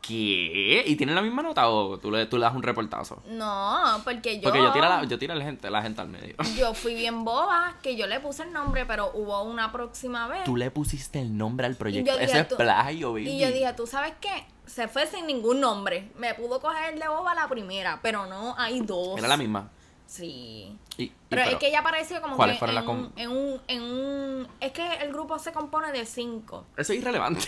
S1: ¿Qué? ¿Y tienen la misma nota o tú le, tú le das un reportazo?
S2: no, porque yo.
S1: Porque yo tiro la, yo tiro a la gente, la gente al medio.
S2: yo fui bien boba, que yo le puse el nombre, pero hubo una próxima vez.
S1: Tú le pusiste el nombre al
S2: Y
S1: proyecto.
S2: yo
S1: Eso
S2: dije,
S1: es
S2: tú-
S1: plagio, baby.
S2: Y yo dije, ¿tú sabes qué? Se fue sin ningún nombre. Me pudo coger de boba la primera, pero no, hay dos.
S1: Era la misma.
S2: Sí.
S1: Y- y
S2: Pero, es
S1: pero-
S2: que ella apareció como
S1: ¿Cuáles
S2: que en,
S1: fueron las com-
S2: un- en un, en un... Es que el grupo se compone de cinco.
S1: Eso es irrelevante.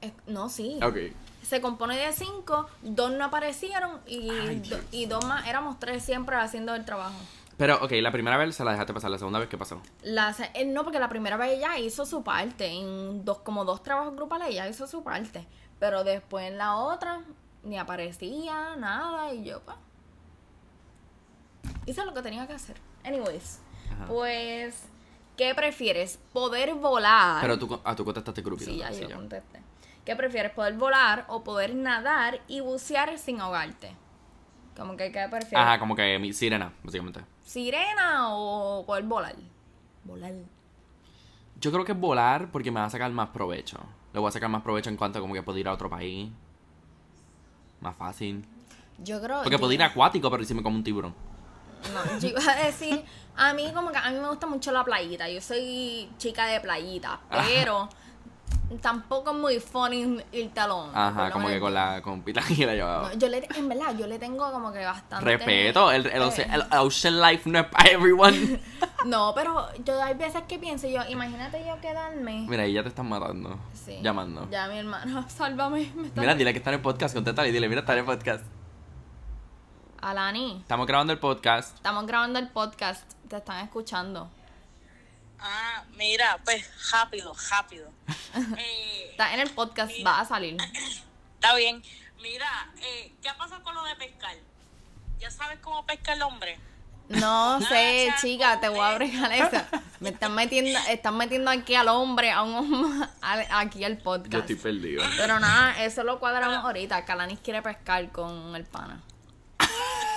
S2: Es- no, sí.
S1: Ah, ok.
S2: Se compone de cinco, dos no aparecieron y,
S1: Ay,
S2: do-
S1: Dios.
S2: y dos más. Éramos tres siempre haciendo el trabajo.
S1: Pero, ok, la primera vez se la dejaste pasar, la segunda vez, ¿qué pasó?
S2: La, se- eh, no, porque la primera vez ella hizo su parte. En dos, como dos trabajos grupales ella hizo su parte. Pero después en la otra ni aparecía, nada. Y yo, pues. Hice lo que tenía que hacer. Anyways.
S1: Ajá.
S2: Pues. ¿Qué prefieres? ¿Poder volar?
S1: Pero tú, ah, tú contestaste grupito.
S2: sí, ya
S1: ¿no? Sí,
S2: yo
S1: ya.
S2: contesté. ¿Qué prefieres? ¿Poder volar o poder nadar y bucear sin ahogarte? Como que, ¿qué prefieres?
S1: Ajá, como que mi sirena, básicamente.
S2: ¿Sirena o poder volar? Volar.
S1: Yo creo que volar porque me va a sacar más provecho. Le voy a sacar más provecho en cuanto como que puedo ir a otro país. Más fácil.
S2: Yo creo
S1: Porque
S2: yo-
S1: puedo ir acuático, pero si me como un tiburón.
S2: No, yo iba a decir, a mí como que a mí me gusta mucho la playita, yo soy chica de playita, pero tampoco es muy funny irte al hombro, por
S1: Ajá,
S2: lo
S1: como que
S2: menos.
S1: con la con pita que la llevaba.
S2: No, yo le, en verdad, yo le tengo como que bastante...
S1: Respeto, el, el,
S2: eh,
S1: oce- el ocean life no es para everyone.
S2: No, pero yo hay veces que pienso yo, imagínate yo quedarme...
S1: Mira, ahí ya te están matando.
S2: Sí.
S1: Llamando.
S2: Ya mi hermano, sálvame. Me está...
S1: Mira, dile que está en el podcast, contéstale y dile, mira, está en el podcast.
S2: Alani,
S1: Estamos grabando el podcast.
S2: estamos grabando el podcast, te están escuchando.
S3: Ah, mira, pues rápido, rápido. Eh,
S2: Estás en el podcast, va a salir.
S3: está bien. Mira, eh, ¿qué ha pasado con lo de pescar? ¿Ya sabes cómo pesca el hombre?
S2: No sé,
S3: Nacha,
S2: chica, te voy a bregar eso. Me están metiendo, están metiendo aquí al hombre, a un hombre, al- aquí al podcast.
S1: perdido.
S2: Pero nada, eso lo cuadramos ahorita. que Alanis quiere pescar con el pana.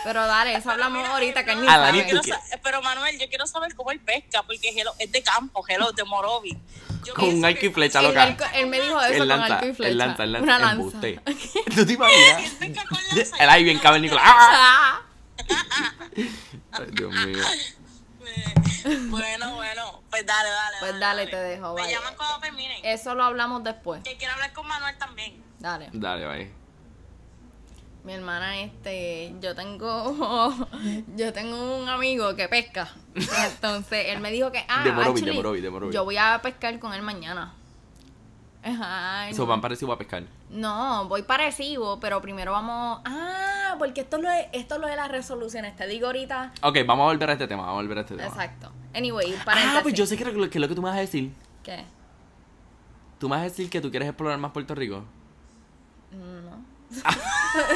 S2: Pero dale, eso hablamos
S3: mira, eh,
S2: ahorita,
S3: no,
S2: que él ni
S1: Alanis,
S2: sabe.
S3: Quiero
S1: qué?
S3: sa- eh, pero Manuel, yo quiero saber cómo él pesca, porque hello, es de campo, hello, de Morovi. Yo
S1: Con un
S3: pienso
S1: arco y
S3: que-
S1: flecha
S2: Él,
S1: loca.
S2: él- él me dijo eso
S1: El
S2: con
S1: lanza,
S2: arco y flecha.
S1: el lanza, el lanza.
S2: Una lanza.
S1: embuste. ¿Tú te imaginas?
S3: Él pesca con lanza.
S1: El ahí bien cavernícola. ¡Ah!
S2: Ah.
S1: Ay, Dios mío.
S3: Eh, Bueno, bueno, pues dale, dale.
S2: Pues dale, te dejo, Eh.
S3: Me
S2: bye.
S3: llaman cuando terminen.
S2: Eso lo hablamos después.
S3: Que quiero hablar con Manuel también.
S2: Dale.
S1: Dale, bye.
S2: Mi hermana, este, yo tengo, yo tengo un amigo que pesca. Entonces, él me dijo que, ah,
S1: De Morovi, de
S2: actually,
S1: Morovi, de Morovi.
S2: yo voy a pescar con él mañana. Ajá.
S1: Eso van parecido a pescar.
S2: No, voy parecido, pero primero vamos, ah, porque esto es lo de, esto es lo de las resoluciones, te digo ahorita.
S1: Ok, vamos a volver a este tema, vamos a volver a este tema.
S2: Exacto. Anyway,
S1: Ah,
S2: paréntesis.
S1: pues yo sé que lo que, que lo que tú me vas a decir.
S2: ¿Qué?
S1: Tú me vas a decir que tú quieres explorar más Puerto Rico.
S2: No.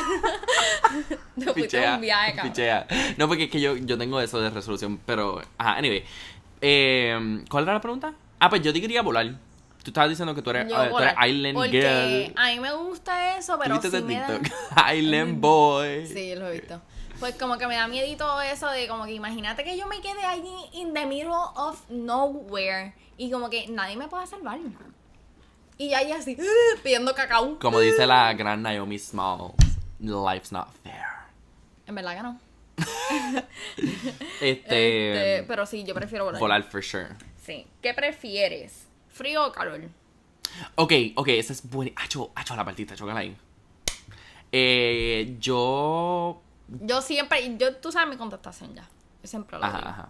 S2: Yo fui
S1: Pichea,
S2: con un viaje, cabrón.
S1: pichea. No, porque es que yo, yo tengo eso de resolución, pero... Ajá, anyway. Eh, ¿Cuál era la pregunta? Ah, pues yo te quería volar. Tú estabas diciendo que tú eres,
S2: Yo
S1: ah, tú eres
S2: volar.
S1: Island
S2: porque
S1: Girl.
S2: a mí me gusta eso, pero
S1: ¿Viste
S2: sí
S1: ese
S2: me da-
S1: TikTok? Island Boy.
S2: Sí, lo he visto. Pues como que me da miedito eso de como que imagínate que yo me quede allí in the middle of nowhere y como que nadie me pueda salvar. Y ya ahí así, ¡ah! pidiendo cacao.
S1: Como dice la gran Naomi Smalls, life's not fair.
S2: En verdad que no.
S1: Este,
S2: Este, pero sí, yo prefiero volar.
S1: volar for sure.
S2: Sí. ¿Qué prefieres? ¿Frío o calor?
S1: Ok, ok, esa es buena. Ah, Acho, acho la partita, chócala ahí. Eh, yo.
S2: Yo siempre, yo, tú sabes mi contestación ya. Yo siempre lo
S1: Ajá,
S2: digo.
S1: ajá.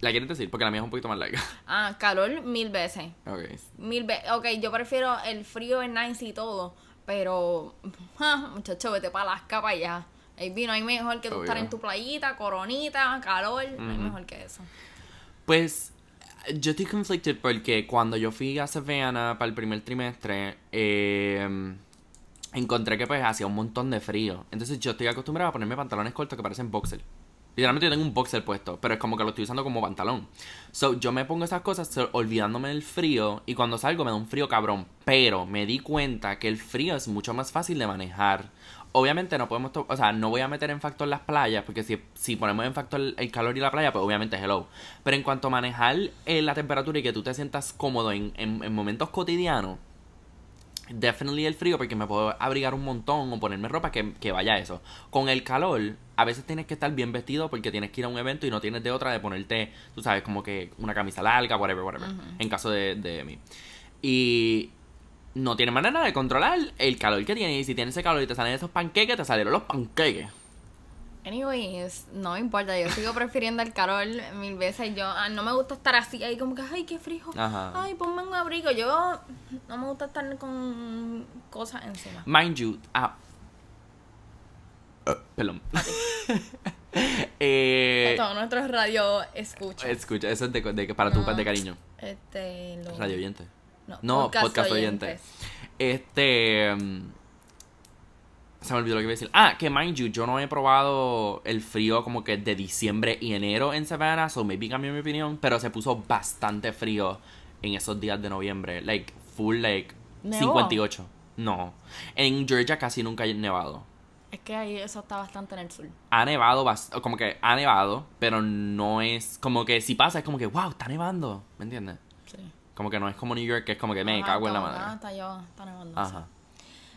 S1: ¿La quieres decir? Porque la mía es un poquito más larga.
S2: Ah, calor mil veces.
S1: Ok.
S2: Mil veces. Ok, yo prefiero el frío, el nice y todo. Pero, ja, muchacho, vete para las capas ya. El vino hay mejor que tú
S1: Obvio.
S2: estar en tu playita, coronita, calor. No hay
S1: Ujú.
S2: mejor que eso.
S1: Pues yo estoy conflicted porque cuando yo fui a Savannah para el primer trimestre, eh, encontré que pues hacía un montón de frío. Entonces yo estoy acostumbrado a ponerme pantalones cortos que parecen boxer. Literalmente yo tengo un boxer puesto, pero es como que lo estoy usando como pantalón. So, yo me pongo esas cosas so, olvidándome del frío y cuando salgo me da un frío cabrón. Pero me di cuenta que el frío es mucho más fácil de manejar. Obviamente no podemos, to- o sea, no voy a meter en factor las playas, porque si, si ponemos en factor el, el calor y la playa, pues obviamente hello. Pero en cuanto a manejar eh, la temperatura y que tú te sientas cómodo en, en- en momentos cotidianos, definitely el frío, porque me puedo abrigar un montón o ponerme ropa que, que vaya a eso. Con el calor, a veces tienes que estar bien vestido porque tienes que ir a un evento y no tienes de otra de ponerte, tú sabes, como que una camisa larga, whatever, whatever, en caso de, de mí. Y no tiene manera de controlar el calor que tiene. Y si tienes ese calor y te salen esos panqueques, te salieron los panqueques.
S2: Anyways, no importa, yo sigo prefiriendo el calor mil veces. Yo ah, no me gusta estar así, ahí como que, ay, qué frío.
S1: Ajá.
S2: Ay, ponme un abrigo. Yo no me gusta estar con cosas encima.
S1: Mind you, ah. Perdón.
S2: Con
S1: eh,
S2: todos nuestros radio escucha.
S1: escucha, eso es de, de- para tu
S2: No.
S1: de cariño.
S2: Este, lo-
S1: Radio oyente.
S2: No,
S1: No,
S2: podcast
S1: podcast, oyente. Este. mm, Se me olvidó lo que iba a decir. Ah, que mind you, yo no he probado el frío como que de diciembre y enero en Savannah, so maybe cambió mi opinión, pero se puso bastante frío en esos días de noviembre. Like, full, like,
S2: ¿Nevó?
S1: 58. No. En Georgia casi nunca he nevado.
S2: Es que ahí eso está bastante en el sur.
S1: ha nevado, bas- o como que ha nevado, pero no es como que si pasa es como que, wow, está nevando, ¿me entiendes?
S2: Sí.
S1: Como que no es como New York, que es como que me cago en la
S2: Ah,
S1: madre.
S2: está yo, está nevando. sí.
S1: Ajá.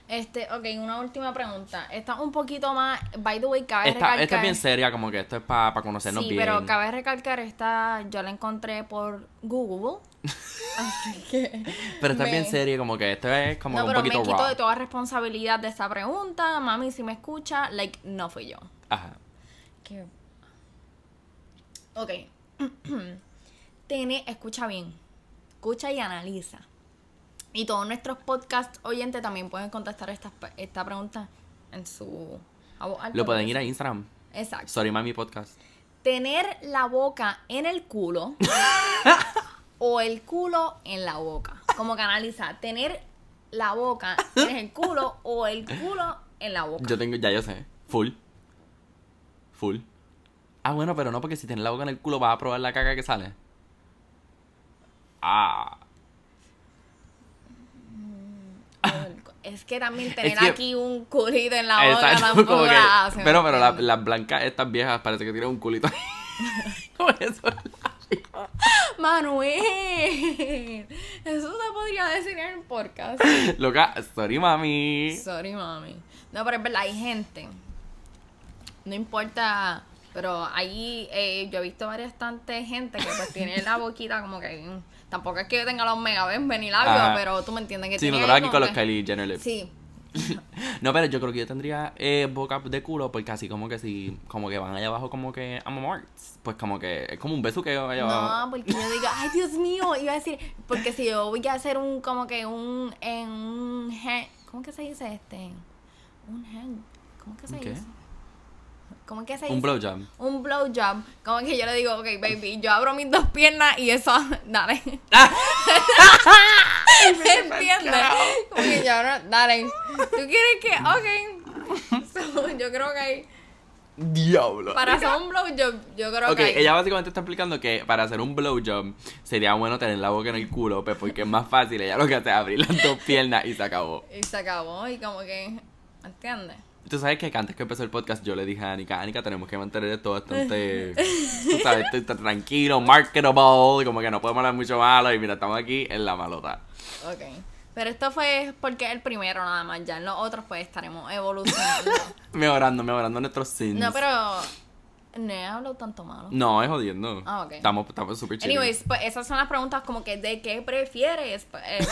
S2: Este, ok, una última pregunta. Está un poquito más, by the way, cabe
S1: Esta,
S2: recalcar.
S1: esta es bien seria, como que esto es para conocernos
S2: sí,
S1: bien.
S2: pero cabe recalcar esta, yo la encontré por Google. así que.
S1: Pero esta es bien
S2: me-
S1: seria, como que esto es como
S2: No,
S1: que un
S2: pero me
S1: poquito
S2: quito
S1: raw.
S2: de toda responsabilidad de esta pregunta. Mami, si me escucha, like, no fui yo.
S1: Ajá.
S2: Que- Ok. Tiene, escucha bien. Escucha y analiza. Y todos nuestros podcast oyentes también pueden contestar esta, esta pregunta en su. a voz alta.
S1: Lo pueden ir a Instagram.
S2: Exacto.
S1: Sorry, mami podcast.
S2: Tener la boca en el culo o el culo en la boca. Como que analiza. Tener la boca en el culo o el culo en la boca.
S1: Yo tengo, ya yo sé. Full. Full. Ah, bueno, pero no, porque si tienes la boca en el culo vas a probar la caca que sale. Ah.
S2: Es que también tener
S1: que-
S2: aquí un culito en la boca
S1: Exacto,
S2: tampoco
S1: como que-
S2: la hace,
S1: pero, pero la-
S2: ¿entiendes?
S1: las blancas, estas viejas, parece que tienen un culito. Como eso.
S2: Manuel, eso se podría decir en el podcast.
S1: Loca, sorry, mami.
S2: Sorry, mami. No, pero es verdad, hay gente. No importa, pero ahí eh, yo he visto varias tantas gente que pues tiene la boquita como que... mm, Tampoco es que yo tenga los mega ben y labios,
S1: Ajá.
S2: pero tú me entiendes que
S1: Sí,
S2: tiene
S1: nosotros
S2: ahí
S1: aquí
S2: como
S1: con los
S2: que-
S1: Kylie Jenner lips.
S2: Sí,
S1: No, pero yo creo que yo tendría eh, boca de culo, porque así como que si, como que van allá abajo, como que I'm a marks. Pues como que es como un besuqueo allá abajo.
S2: No, porque yo digo, ay Dios mío, iba a decir, porque si yo voy a hacer un, como que un, en un, hand- ¿cómo que se dice este? Un hand, ¿cómo que se
S1: ¿Un qué?
S2: dice? ¿Cómo que se dice?
S1: Un blowjob.
S2: Un blowjob, como que yo le digo, ok, baby, yo abro mis dos piernas y eso, dale. ¿Entiendes? Como que yo abro, dale. ¿Tú quieres que, ok? So, yo creo que hay,
S1: Diablo.
S2: para hacer un blowjob, yo creo
S1: Ok,
S2: que hay.
S1: ella básicamente está explicando que para hacer un blowjob sería bueno tener la boca en el culo, pues porque es más fácil. Ella lo que hace es abrir las dos piernas y se acabó.
S2: Y se acabó y como que, ¿entiendes?
S1: Tú sabes que antes que empezó el podcast yo le dije a Anika, Anika, tenemos que mantener esto bastante, tú sabes, esto está tranquilo, marketable, como que no podemos hablar mucho malo y mira, estamos aquí en la malota.
S2: Ok. Pero esto fue porque es el primero nada más, ya en los otros pues estaremos evolucionando.
S1: Mejorando, mejorando nuestros sins.
S2: no, pero no he hablado tanto malo.
S1: No, es jodiendo.
S2: Ah, ok.
S1: Estamos, estamos súper chill.
S2: Anyways, pues esas son las preguntas como que de qué prefieres. pues, eh,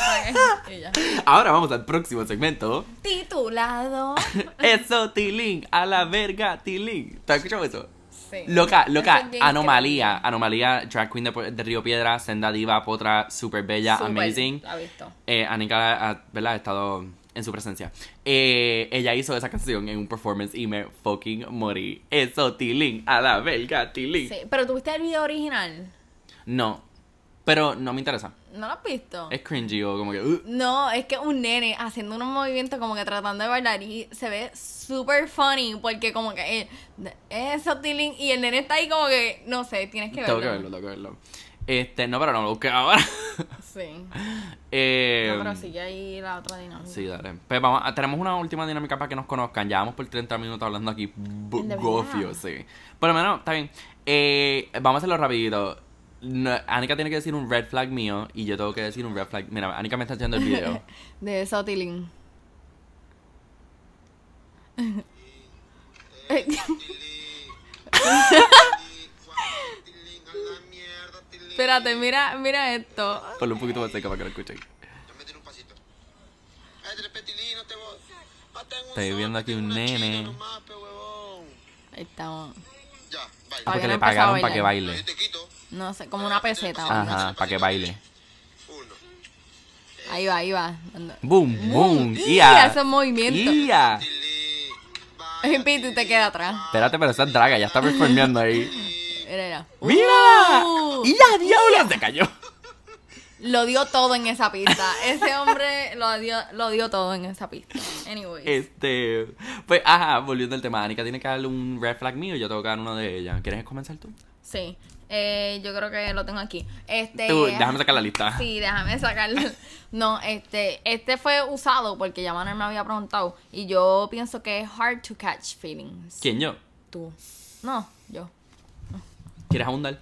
S2: pues, y ya.
S1: Ahora vamos al próximo segmento.
S2: Titulado.
S1: Eso, Tilín, a la verga, Tilín. ¿Te has escuchado eso?
S2: Sí.
S1: Loca,
S2: Eso
S1: loca,
S2: es bien
S1: anomalía, anomalía, drag queen de, de Río Piedra, senda diva, potra, super bella,
S2: Súper,
S1: amazing.
S2: la he visto.
S1: Eh, Anika ha, ¿verdad? ha estado en su presencia. Eh, ella hizo esa canción en un performance y me fucking morí. Eso, Tilín, a la verga, Tilín.
S2: Sí, pero tuviste el video original.
S1: No, pero no me interesa.
S2: ¿No lo has visto?
S1: Es cringy o como que... uh,
S2: No, es que un nene haciendo unos movimientos como que tratando de bailar y se ve súper funny porque como que eh, es subtilín y el nene está ahí como que, no sé, tienes que verlo.
S1: tengo que verlo, tengo que verlo. Este, no, pero no lo busqué ahora.
S2: Sí.
S1: Eh,
S2: No, pero sigue ahí la otra dinámica.
S1: Sí, dale. Pues vamos, a- tenemos una última dinámica para que nos conozcan. Llevamos por 30 minutos hablando aquí. bu-
S2: ¿De verdad?
S1: Gofio, sí. Por lo menos, está bien. Eh, vamos a hacerlo rapidito. No, Anika tiene que decir un red flag mío y yo tengo que decir un red flag. Mira, Anika me está haciendo el video.
S2: De Sotilin. Espérate, mira, mira esto.
S1: Ponlo un poquito más cerca para que lo escuchen.
S4: Yo me tiro un pasito. Ay, de repente, Lili, no te voy. No tengo un
S1: Estoy
S4: sol,
S1: viendo
S4: no
S1: aquí
S4: tengo
S1: un
S4: una china
S1: nene.
S4: nomás, pe, huevón.
S2: Ahí estamos.
S4: Ya, bye.
S1: Ah,
S2: Todavía
S1: porque
S2: no
S1: le
S2: empezó a
S1: pagaron para que
S2: bailar.
S4: No,
S1: baile.
S4: yo te quito.
S2: No sé, como una peseta. o algo.
S1: Ajá, para que baile.
S4: Uno.
S2: Ahí va, ahí va. Ando.
S1: Boom, boom.
S2: ¡Ya!
S1: ¡Ya!
S2: Esos movimientos.
S1: ¡Ya!
S4: Lili,
S2: El Pito te queda atrás.
S1: Espérate, pero esa es draga, ya está performeando ahí.
S2: Mira, mira.
S1: ¡Mira!
S2: Uh,
S1: ¡Ya, diablo! Se cayó.
S2: Lo dio todo en esa pista. Ese hombre lo dio, lo dio todo en esa pista. Anyways.
S1: Este, pues, ajá, volviendo al tema, Anika tiene que darle un red flag mío y yo tengo que dar uno de ella. ¿Quieres comenzar tú?
S2: Sí. Eh, yo creo que lo tengo aquí. Este.
S1: Tú, déjame sacar la lista.
S2: Sí, déjame sacarlo. No, este, este fue usado porque ya Manuel me había preguntado. Y yo pienso que es hard to catch feelings.
S1: ¿Quién yo?
S2: Tú. No, yo.
S1: ¿Quieres abundar?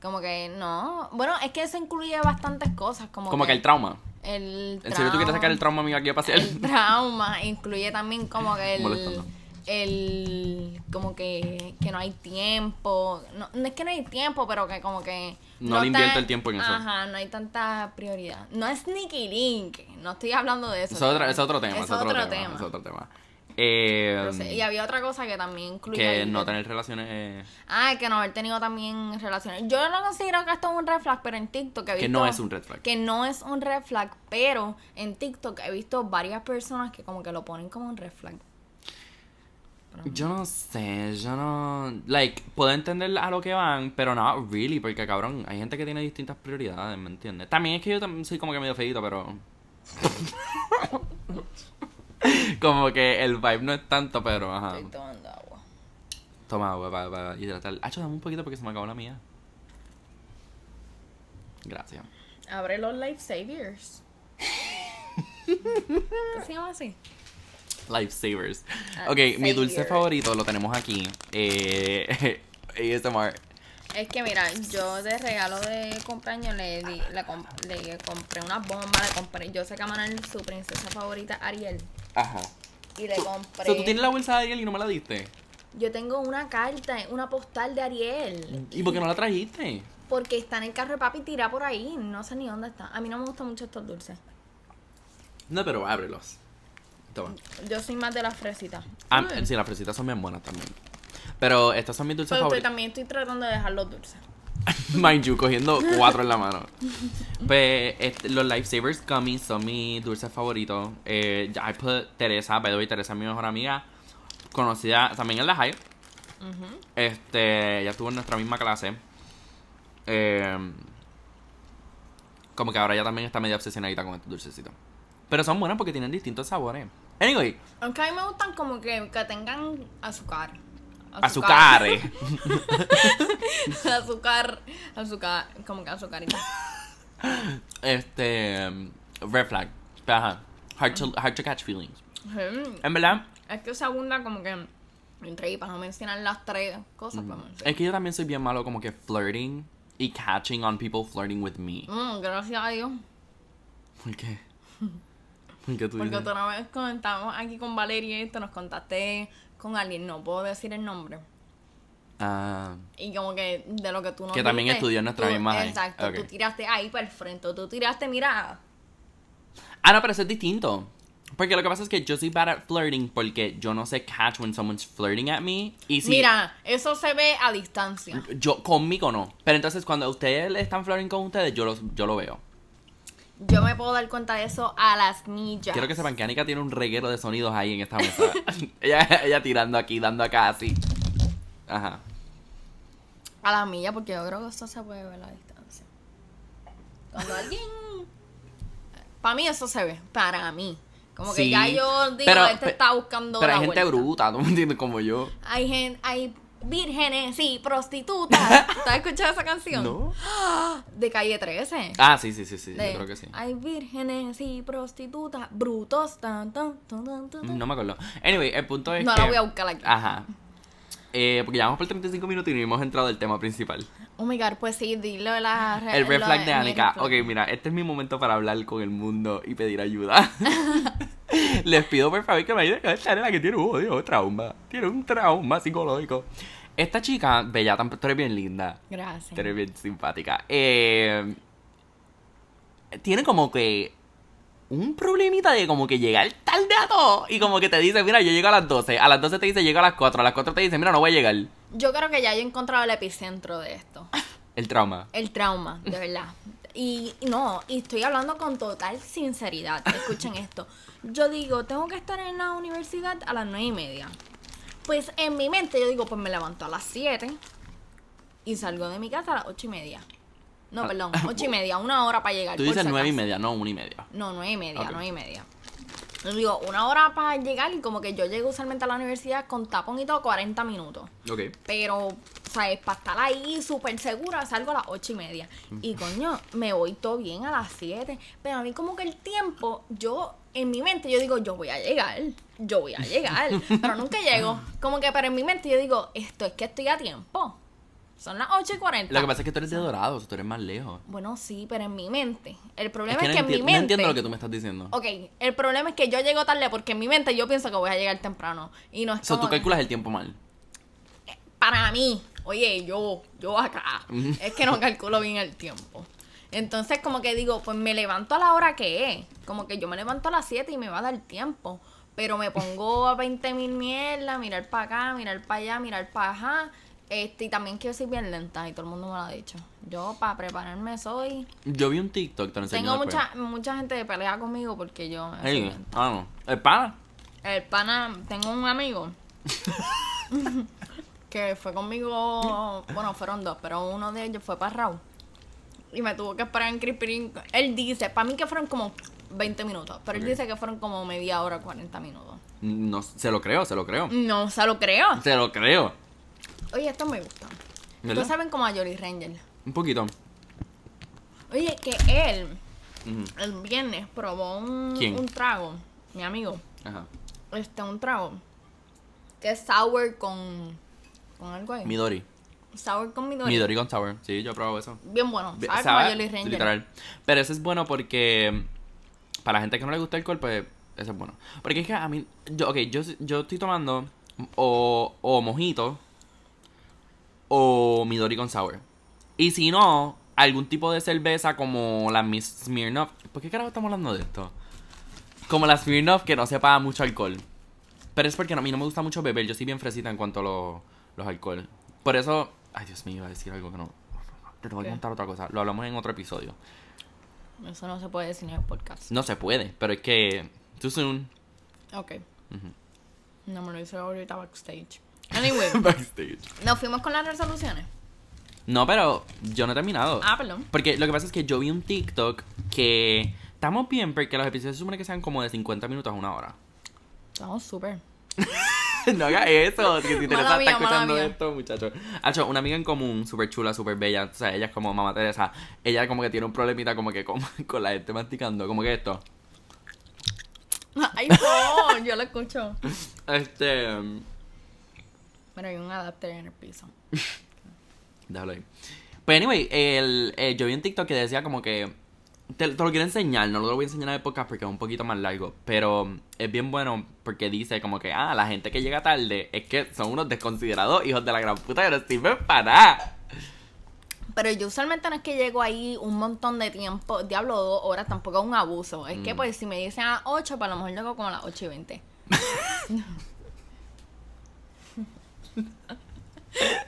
S2: Como que no. Bueno, es que eso incluye bastantes cosas. Como,
S1: Como que el trauma.
S2: El
S1: ¿En serio tú quieres sacar el trauma amigo aquí a pasear?
S2: El trauma incluye también como que el,
S1: Molestando.
S2: el como que, que no hay tiempo. No, no es que no hay tiempo, pero que como que
S1: No le
S2: tan-
S1: invierte el tiempo en eso.
S2: Ajá, no hay tanta prioridad. No es Nicky Link, no estoy hablando de eso.
S1: Es otro,
S2: Es
S1: es otro tema, es otro, tema, Es otro tema. Eh,
S2: Pero sí, y había otra cosa que también incluye
S1: que
S2: ahí,
S1: no tener relaciones. eh,
S2: Ah, que no haber tenido también relaciones. Yo no considero que esto es un red flag, pero en TikTok he
S1: Que
S2: visto...
S1: no es un red flag.
S2: Que no es un red flag, pero en TikTok he visto varias personas que como que lo ponen como un red flag.
S1: Yo no sé, yo no. Like, puedo entender a lo que van, pero no, really, porque cabrón, hay gente que tiene distintas prioridades, ¿me entiendes? También es que yo también soy como que medio feíto, pero. como que el vibe no es tanto, pero ajá.
S2: Estoy tomando agua.
S1: Toma agua para, para hidratar. Hacho, dame un poquito porque se me acabó la mía. Gracias.
S2: Abre los life saviors. ¿Qué se llama así?
S1: Lifesavers.
S2: Ah,
S1: Ok, mi dulce
S2: savior.
S1: favorito lo tenemos aquí. Eh, ASMR.
S2: Es que mira, yo de regalo de cumpleaños le, di, le, com- le compré una bomba, le compré, yo sé que a Manuel su princesa favorita Ariel
S1: Ajá.
S2: y le compré.
S1: O sea, tú tienes la bolsa de Ariel y no me la Mm. diste.
S2: Yo tengo una carta, una postal de Ariel,
S1: ¿Y por qué no la trajiste?
S2: porque está en el carro de papi tira por ahí, no sé ni dónde está. A mí no me gustan mucho estos dulces.
S1: No, pero ábrelos. Toma.
S2: Yo soy más de las fresitas.
S1: Ah, sí, las fresitas son bien buenas también. Pero estas son mis dulces
S2: Pero estoy-
S1: favoritos.
S2: también estoy tratando de dejar los dulces.
S1: Mind you, cogiendo cuatro en la mano. Pues este, los Lifesavers Gummies son mis dulces favoritos. Eh, I put Teresa, by the way, Teresa es mi mejor amiga. Conocida también en la high. Este, ella estuvo en nuestra misma clase. Eh, como que ahora ella también está medio obsesionadita con estos dulcecitos. Pero son buenas porque tienen distintos sabores. Anyway,
S2: Aunque a mí me gustan como que, que tengan azúcar.
S1: azúcar.
S2: azúcar. Azúcar. Como que azucarita.
S1: Este. um, Red flag. Ajá. Hard to, hard to catch feelings.
S2: Ujú.
S1: En verdad,
S2: Mm. Es que segunda como que entre y para no mencionar las tres
S1: Mm.
S2: cosas, pues mencionar.
S1: es que yo también soy bien malo como que flirting y catching on people flirting with me.
S2: Mm, gracias a Dios.
S1: ¿Por qué? ¿Y qué tú
S2: Porque
S1: dices?
S2: otra vez comentamos aquí con Valeria y esto, nos contaste con alguien, no puedo decir el nombre.
S1: Ah,
S2: Y como que de lo que tú no
S1: Que también estudió en nuestra misma área.
S2: Exacto,
S1: Ok.
S2: tú tiraste ahí para el frente, o tú tiraste, mira,
S1: Ah, no, pero eso es distinto. Porque lo que pasa es que yo soy bad at flirting porque yo no sé catch when someone's flirting at me. Y si
S2: mira, eso se ve a distancia.
S1: yo conmigo no. Pero entonces cuando ustedes le están flirting con ustedes, yo, los, yo lo veo.
S2: Yo me puedo dar cuenta de eso a las millas.
S1: Quiero que sepan que Anika tiene un reguero de sonidos ahí en esta mesa. ella, ella tirando aquí, dando acá, así. Ajá.
S2: A las millas, porque yo creo que eso se puede ver a la distancia. Cuando alguien. Para mí, eso se ve. Para mí. Como que
S1: Sí,
S2: ya yo digo,
S1: pero-
S2: este está buscando.
S1: Pero
S2: la
S1: hay gente
S2: vuelta.
S1: bruta, ¿no me entiendes? Como yo.
S2: Hay gente. Hay vírgenes, sí, prostitutas. ¿Tú has escuchado esa canción?
S1: ¿No?
S2: De calle 13.
S1: Ah, sí, sí, sí, sí.
S2: De,
S1: yo creo que sí.
S2: Hay vírgenes, sí, prostitutas, brutos. Tan, tan, tan, tan, tan, tan.
S1: No me acuerdo. Anyway, el punto es
S2: No
S1: que... Ah.
S2: la voy a buscar aquí.
S1: Ajá. Eh, porque llevamos por 35 minutos y no hemos entrado al tema principal.
S2: Oh my god, pues sí, dilo de la. re-
S1: El red
S2: lo
S1: flag de
S2: mi
S1: Anika.
S2: red flag.
S1: Ok, mira, este es mi momento para hablar con el mundo y pedir ayuda. Les pido por favor que me ayuden con esta nena que tiene un odio, trauma. Tiene un trauma psicológico. Esta chica, bella, tan- tú eres bien linda.
S2: Gracias.
S1: Tú eres bien simpática. Eh, tiene como que un problemita de como que llegar tarde a todo. Y como que te dice, mira, yo llego a las 12. A las 12 te dice, llego a las 4. A las 4 te dice, mira, no voy a llegar.
S2: Yo creo que ya yo he encontrado el epicentro de esto.
S1: El trauma.
S2: El trauma, de verdad. Y no, y estoy hablando con total sinceridad. Escuchen esto. Yo digo, tengo que estar en la universidad a las nueve y media. Pues en mi mente yo digo, pues me levanto a las 7 y salgo de mi casa a las ocho y media. No,
S1: Ah,
S2: perdón, ocho y media, una hora para llegar.
S1: Tú
S2: por
S1: dices
S2: si
S1: 9 y
S2: acaso.
S1: media, no 1 y media.
S2: No, nueve y media,
S1: Ok.
S2: nueve y media. Yo digo, una hora para llegar y como que yo llego usualmente a la universidad con tapón y todo 40 minutos.
S1: Ok.
S2: Pero, ¿sabes? Para estar ahí súper segura, salgo a las ocho y media. Y coño, me voy todo bien a las 7. Pero a mí como que el tiempo, yo, en mi mente, yo digo, yo voy a llegar, yo voy a llegar. pero nunca llego. Como que, pero en mi mente yo digo, esto es que estoy a tiempo. Son las ocho y
S1: Lo que
S2: cuarenta.
S1: pasa es que tú eres de Dorado, tú eres más lejos.
S2: Bueno, sí, pero en mi mente. El
S1: Es
S2: problema
S1: que
S2: es
S1: no,
S2: que, en
S1: enti-
S2: mi
S1: no
S2: mente...
S1: entiendo lo que tú me estás diciendo.
S2: Ok, el problema es que yo llego tarde porque en mi mente yo pienso que voy a llegar temprano. Y no es
S1: O sea,
S2: como
S1: tú
S2: que-
S1: calculas el tiempo mal.
S2: para mí, oye, yo, yo acá, es que no calculo bien el tiempo. Entonces, como que digo, pues me levanto a la hora que es. Como que yo me levanto a las 7 y me va a dar tiempo. Pero me pongo a 20 mil mierdas, mirar para acá, mirar para allá, mirar para allá. Este, y también que yo soy bien lenta y todo el mundo me lo ha dicho. Yo, para prepararme, soy.
S1: Yo vi un TikTok, te lo enseño
S2: Tengo
S1: después.
S2: mucha, mucha gente que pelea conmigo porque yo. me soy
S1: Ey,
S2: lenta.
S1: ah, no. El pana.
S2: El pana, tengo un amigo que fue conmigo, bueno, fueron dos, pero uno de ellos fue para Raúl. Y me tuvo que esperar en Crispirín. Él dice, para mí que fueron como 20 minutos, pero
S1: Ok.
S2: él dice que fueron como media hora, 40 minutos.
S1: No, se lo creo, se lo creo.
S2: No, se lo creo.
S1: Se lo creo.
S2: Oye, esto me gusta.
S1: ¿Verdad?
S2: Ustedes saben como a Jolly Ranger.
S1: Un poquito.
S2: Oye, que él
S1: Ujú,
S2: el viernes probó un,
S1: ¿Quién?
S2: un trago, mi amigo.
S1: Ajá.
S2: Este, un trago. Que es sour con. con algo ahí.
S1: Midori.
S2: Sour con Midori.
S1: Midori con sour. Sí, yo he probado eso.
S2: Bien bueno.
S1: Be-
S2: Sour
S1: sabe,
S2: con Jolly Ranger.
S1: Literal. Pero eso es bueno porque mm, para la gente que no le gusta el alcohol, pues eso es bueno. Porque es que a mí, yo, ok, yo, yo estoy tomando o, o mojito o Midori con sour. Y si no, algún tipo de cerveza como la Miss Smirnoff. ¿Por qué carajo estamos hablando de esto? Como la Smirnoff que no sepa mucho alcohol. Pero es porque no- a mí no me gusta mucho beber, yo soy bien fresita en cuanto a lo- los alcohol. Por eso, ay Dios mío, iba a decir algo que no... Te tengo que
S2: ¿Qué?
S1: contar otra cosa, lo hablamos en otro episodio.
S2: Eso no se puede decir en el podcast.
S1: No se puede, pero es que... Too soon.
S2: Ok.
S1: Ujú.
S2: No me lo hice ahorita backstage. Anyway,
S1: Backstage.
S2: nos fuimos con las resoluciones.
S1: No, pero yo no he terminado.
S2: Ah, perdón.
S1: Porque lo que pasa es que yo vi un TikTok que... Estamos bien porque los episodios se supone que sean como de 50 minutos a una hora.
S2: Estamos súper.
S1: No hagas eso, que si Teresa
S2: Mala mía,
S1: está escuchando
S2: mala mía.
S1: esto, muchachos. Hacho, una amiga en común, súper chula, súper bella. O sea, ella es como mamá Teresa. Ella como que tiene un problemita como que con, con la gente masticando, como que esto.
S2: Ay, no, yo lo escucho.
S1: Este.
S2: Pero hay un adapter en el piso.
S1: Pues Déjalo ahí. Pero anyway, el, eh, yo vi un TikTok que decía como que Te, te lo quiero enseñar, no lo voy a enseñar en el podcast porque es un poquito más largo. Pero es bien bueno porque dice como que, ah, la gente que llega tarde es que son unos desconsiderados hijos de la gran puta que no sirven para nada.
S2: Pero yo usualmente no es que llego ahí un montón de tiempo, diablo, dos horas, tampoco es un abuso. Es
S1: Mm.
S2: que pues si me dicen a las 8, para lo mejor llego como a las 8 y 20. ¿Por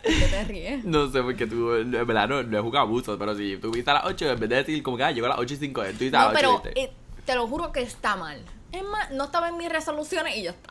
S2: qué te ríes?
S1: No sé, porque tú, en verdad, no, no es un abuso. Pero si tú viste a las 8, en vez de decir como que, ah, llego a las 8 y 5, tú dices a
S2: No,
S1: las 8
S2: pero
S1: y
S2: eh, te lo juro que está mal. Es más, no estaba en mis resoluciones y ya está.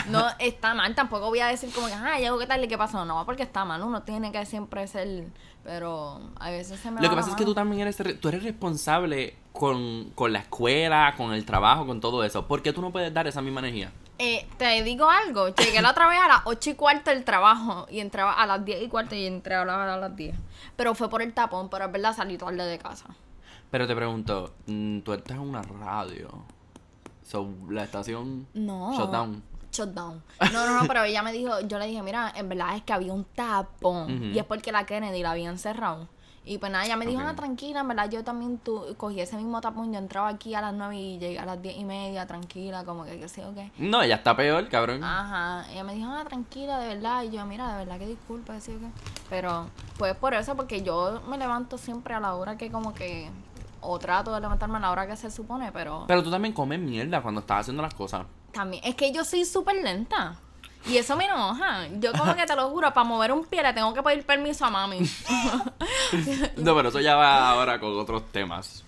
S2: No está mal, tampoco voy a decir como que, ah, llego que tal y qué pasó. No, porque está mal, uno tiene que siempre ser. Pero a veces se me. va
S1: Lo que
S2: la
S1: pasa es que
S2: mano.
S1: tú también eres, re- tú eres responsable con, con la escuela, con el trabajo, con todo eso. ¿Por qué tú no puedes dar esa misma energía?
S2: Eh, te digo algo, llegué la otra vez a las 8 y cuarta del trabajo y entraba a las 10 y cuarta y entraba a las 10. Pero fue por el tapón, pero es verdad salí tarde de casa.
S1: Pero te pregunto, mm, tú estás en una radio. So, la estación
S2: No.
S1: shutdown.
S2: Shutdown. No, no, no, pero ella me dijo, yo le dije, mira, en verdad es que había un tapón
S1: Ujú.
S2: y es porque la Kennedy la habían cerrado. Y pues nada, ella me dijo,
S1: Ok.
S2: "Ah, tranquila, en verdad yo también tu- cogí ese mismo tapón, yo entraba aquí a las 9 y llegué a las 10 y media, tranquila, como que qué sé o qué.
S1: No, ella está peor, cabrón.
S2: Ajá, ella me dijo, ah, tranquila, de verdad. Y yo, mira, de verdad que disculpa, así que. Pero, pues por eso, porque yo me levanto siempre a la hora que, como que. O trato de levantarme a la hora que se supone, pero.
S1: Pero tú también comes mierda cuando estás haciendo las cosas.
S2: También. Es que yo soy súper lenta. Y eso me enoja. Yo, como que te lo juro, para mover un pie le tengo que pedir permiso a mami.
S1: No, pero eso ya va ahora con otros temas.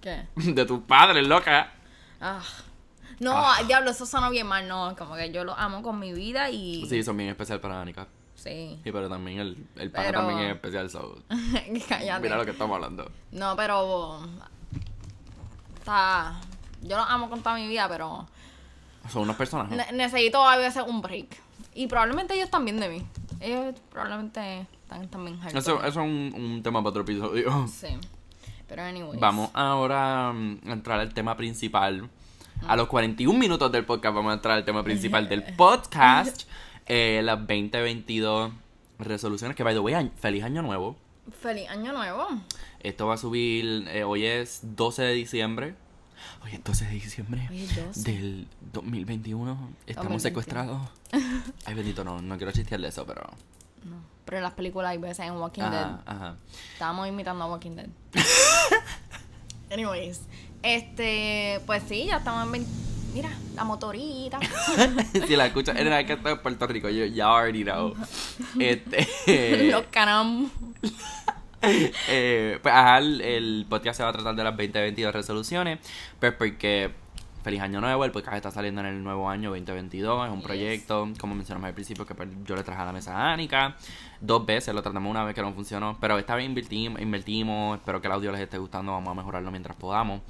S2: ¿Qué?
S1: De tus padres, loca.
S2: Ah. No,
S1: Ah.
S2: ay, diablo, eso sonó bien mal. No, como que yo lo amo con mi vida y.
S1: Sí, son bien especial para Anika.
S2: Sí.
S1: Y pero también el, el pana
S2: Pero- Ah,
S1: también es especial, so.
S2: Cállate.
S1: Mira lo que estamos hablando.
S2: No, pero. Está. Yo lo amo con toda mi vida, pero.
S1: Son unos personajes.
S2: ne- necesito a veces un break. Y probablemente ellos también de mí. Ellos probablemente están también hartos.
S1: Eso, eso es un, un tema para otro episodio.
S2: Sí. Pero, anyways.
S1: Vamos ahora mm, a entrar al tema principal. A los 41 minutos del podcast vamos a entrar al tema principal del podcast. Eh, las 2022 resoluciones. Que, by the way, año- feliz año nuevo.
S2: Feliz año nuevo.
S1: Esto va a subir, eh, hoy es 12 de diciembre. Hoy es 12 de diciembre
S2: Hoy es 12.
S1: del 2021. Estamos
S2: 2021.
S1: secuestrados. Ay, bendito, no, no quiero chistearle eso, pero...
S2: Pero en las películas hay veces en Walking
S1: Ajá,
S2: Dead.
S1: ajá.
S2: Estábamos imitando a Walking Dead. anyways. Este. Pues sí, ya estamos en. vein- Mira, la motorita.
S1: si la escuchas, era que está en Puerto Rico, yo ya already know. Este,
S2: Los carambos.
S1: eh, pues ajá, el, el podcast se va a tratar de las 2022 resoluciones, pues porque feliz año nuevo, el podcast está saliendo en el nuevo año 2022, es un
S2: Yes.
S1: proyecto, como mencionamos al principio, que pues, yo le traje a la mesa a Anika, dos veces, lo tratamos una vez que no funcionó, pero esta vez invertimos, invertimos espero que el audio les esté gustando, vamos a mejorarlo mientras podamos.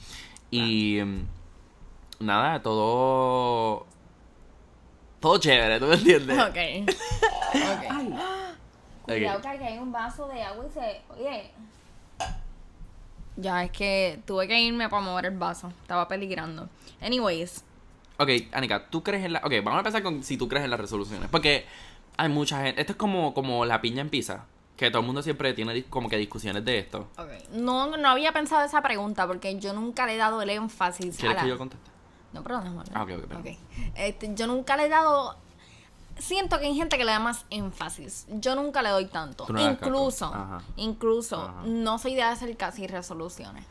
S1: Y mm, nada, todo... Todo chévere, ¿tú me entiendes?
S2: Ok. Ok. Cuidado
S1: Ok.
S2: que aquí hay un vaso de agua y se. Oye. Ya, es que tuve que irme para mover el vaso. Estaba peligrando. Anyways.
S1: Ok, Anika, ¿tú crees en la... Ok, vamos a empezar con si tú crees en las resoluciones. Porque hay mucha gente... Esto es como, como la piña en pizza. Que todo el mundo siempre tiene dis- como que discusiones de esto.
S2: No, no había pensado esa pregunta porque yo nunca le he dado el énfasis. a
S1: ¿Quieres
S2: la-
S1: que yo conteste?
S2: No, perdón, déjame hablar.
S1: Ah, ok, ok, perdón.
S2: Este, yo nunca le he dado. Siento que hay gente que le da más énfasis. Yo nunca le doy tanto.
S1: Tú no le das
S2: incluso,
S1: tanto. Ajá.
S2: incluso,
S1: Ajá.
S2: no soy de hacer casi resoluciones.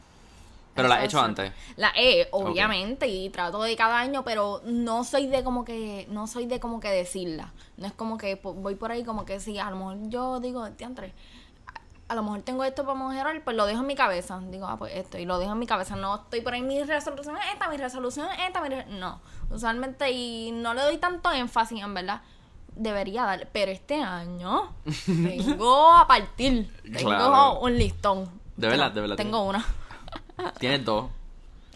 S1: Pero la he
S2: Eso,
S1: hecho
S2: eso.
S1: antes.
S2: La he, obviamente, y trato de cada año, pero no soy de como que, no soy de como que decirla. No es como que po- voy por ahí como que si a lo mejor yo digo, diantre, a- a lo mejor tengo esto para mejorar, pues lo dejo en mi cabeza. Digo, ah, pues esto, y lo dejo en mi cabeza. No estoy por ahí, mi resolución es esta, mi resolución es esta, mi re- No, usualmente, y no le doy tanto énfasis, en verdad. Debería darle, pero este año tengo a partir. Tengo
S1: Claro.
S2: un listón.
S1: De verdad, de verdad,
S2: Tengo una.
S1: Tienes dos.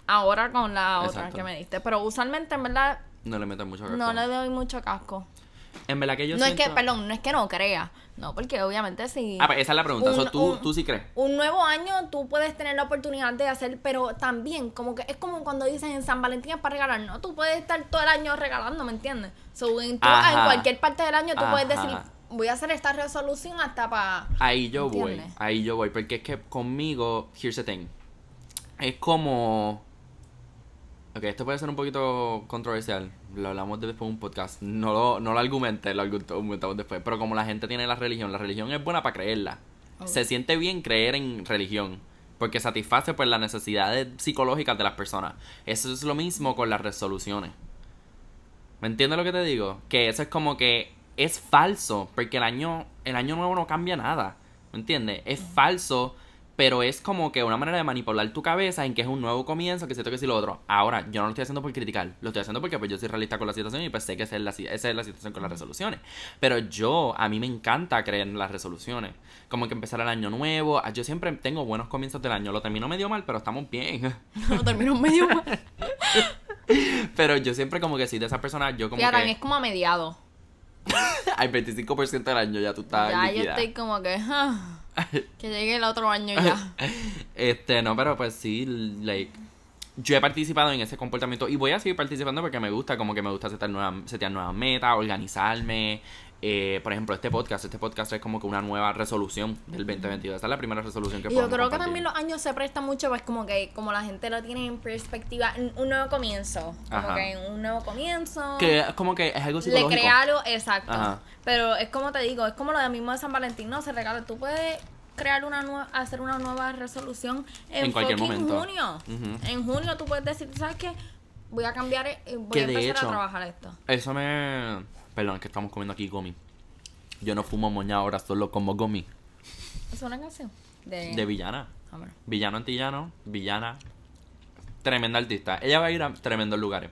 S2: Ahora con la otra
S1: Exacto.
S2: que me diste. Pero usualmente, en verdad,
S1: No le metas mucho cacao.
S2: no le doy mucho casco.
S1: En verdad que yo
S2: no es que,
S1: siento-
S2: perdón, no es que no crea. No, porque obviamente si.
S1: Ah, pues esa es la pregunta.
S2: Un-
S1: so, ¿tú,
S2: un-
S1: ¿Tú sí crees?
S2: Un nuevo año tú puedes tener la oportunidad de hacer, pero también, como que es como cuando dicen en San Valentín es para regalar. No, tú puedes estar todo el año regalando, ¿me entiendes? So, en, tú-
S1: Ajá.
S2: en cualquier parte del año tú puedes
S1: Ajá.
S2: decir, voy a hacer esta resolución hasta para.
S1: Ahí yo voy.
S2: ¿Entiendes?
S1: Ahí yo voy. Porque es que conmigo... Here's the thing. es como. Ok, esto puede ser un poquito controversial. Lo hablamos de- después en un podcast. No lo, no lo argumenté, lo argument- argumentamos después. Pero como la gente tiene la religión, la religión es buena para creerla.
S2: Oh.
S1: Se siente bien creer en religión. Porque satisface pues las necesidades psicológicas de las personas. Eso es lo mismo con las resoluciones. ¿Me entiendes lo que te digo? Que eso es como que es falso, porque el año, el año nuevo no cambia nada. ¿Me entiendes? Es falso, pero es como que una manera de manipular tu cabeza en que es un nuevo comienzo, que siento que si lo otro. Ahora, yo no lo estoy haciendo por criticar, lo estoy haciendo porque pues yo soy realista con la situación y pues sé que esa es la, si- esa es la situación con las resoluciones. Pero yo, a mí me encanta creer en las resoluciones. Como que empezar el año nuevo, ah, yo siempre tengo buenos comienzos del año, lo termino medio mal, pero estamos bien.
S2: No termino medio mal.
S1: Pero yo siempre como que soy de esas personas, yo como
S2: Y ahora
S1: que...
S2: es como a mediados.
S1: Al 25% del año ya tú estás
S2: Ya yo
S1: liquidada.
S2: estoy como que. ah, que llegue el otro año ya.
S1: Este, no, pero pues sí, like... Yo he participado en ese comportamiento y voy a seguir participando porque me gusta, como que me gusta setear nuevas, setear nuevas metas, organizarme. Eh, por ejemplo, este podcast, este podcast es como que una nueva resolución del 2022. Esta es la primera resolución que
S2: Y yo
S1: podemos
S2: creo que también
S1: compartir.
S2: los años se prestan mucho, pues como que como la gente lo tiene en perspectiva, un un nuevo comienzo. Como
S1: Ajá.
S2: que un nuevo comienzo.
S1: Que es como que es algo
S2: Le
S1: psicológico.
S2: crea algo, exacto.
S1: Ajá.
S2: Pero es como te digo, es como lo de mismo de San Valentín, no se regala. Tú puedes crear una nueva, hacer una nueva resolución en,
S1: En cualquier
S2: fucking
S1: momento.
S2: junio.
S1: Ujú.
S2: En junio tú puedes decir, ¿sabes qué? Voy a cambiar, eh, voy
S1: Que
S2: a
S1: de
S2: empezar
S1: hecho-
S2: a trabajar esto.
S1: Eso me... Perdón, es que estamos comiendo aquí gomi. Yo no fumo moña ahora, solo como gomi.
S2: ¿Es una canción? De,
S1: De villana.
S2: Ah, bueno.
S1: Villano antillano, villana. Tremenda artista. Ella va a ir a tremendos lugares.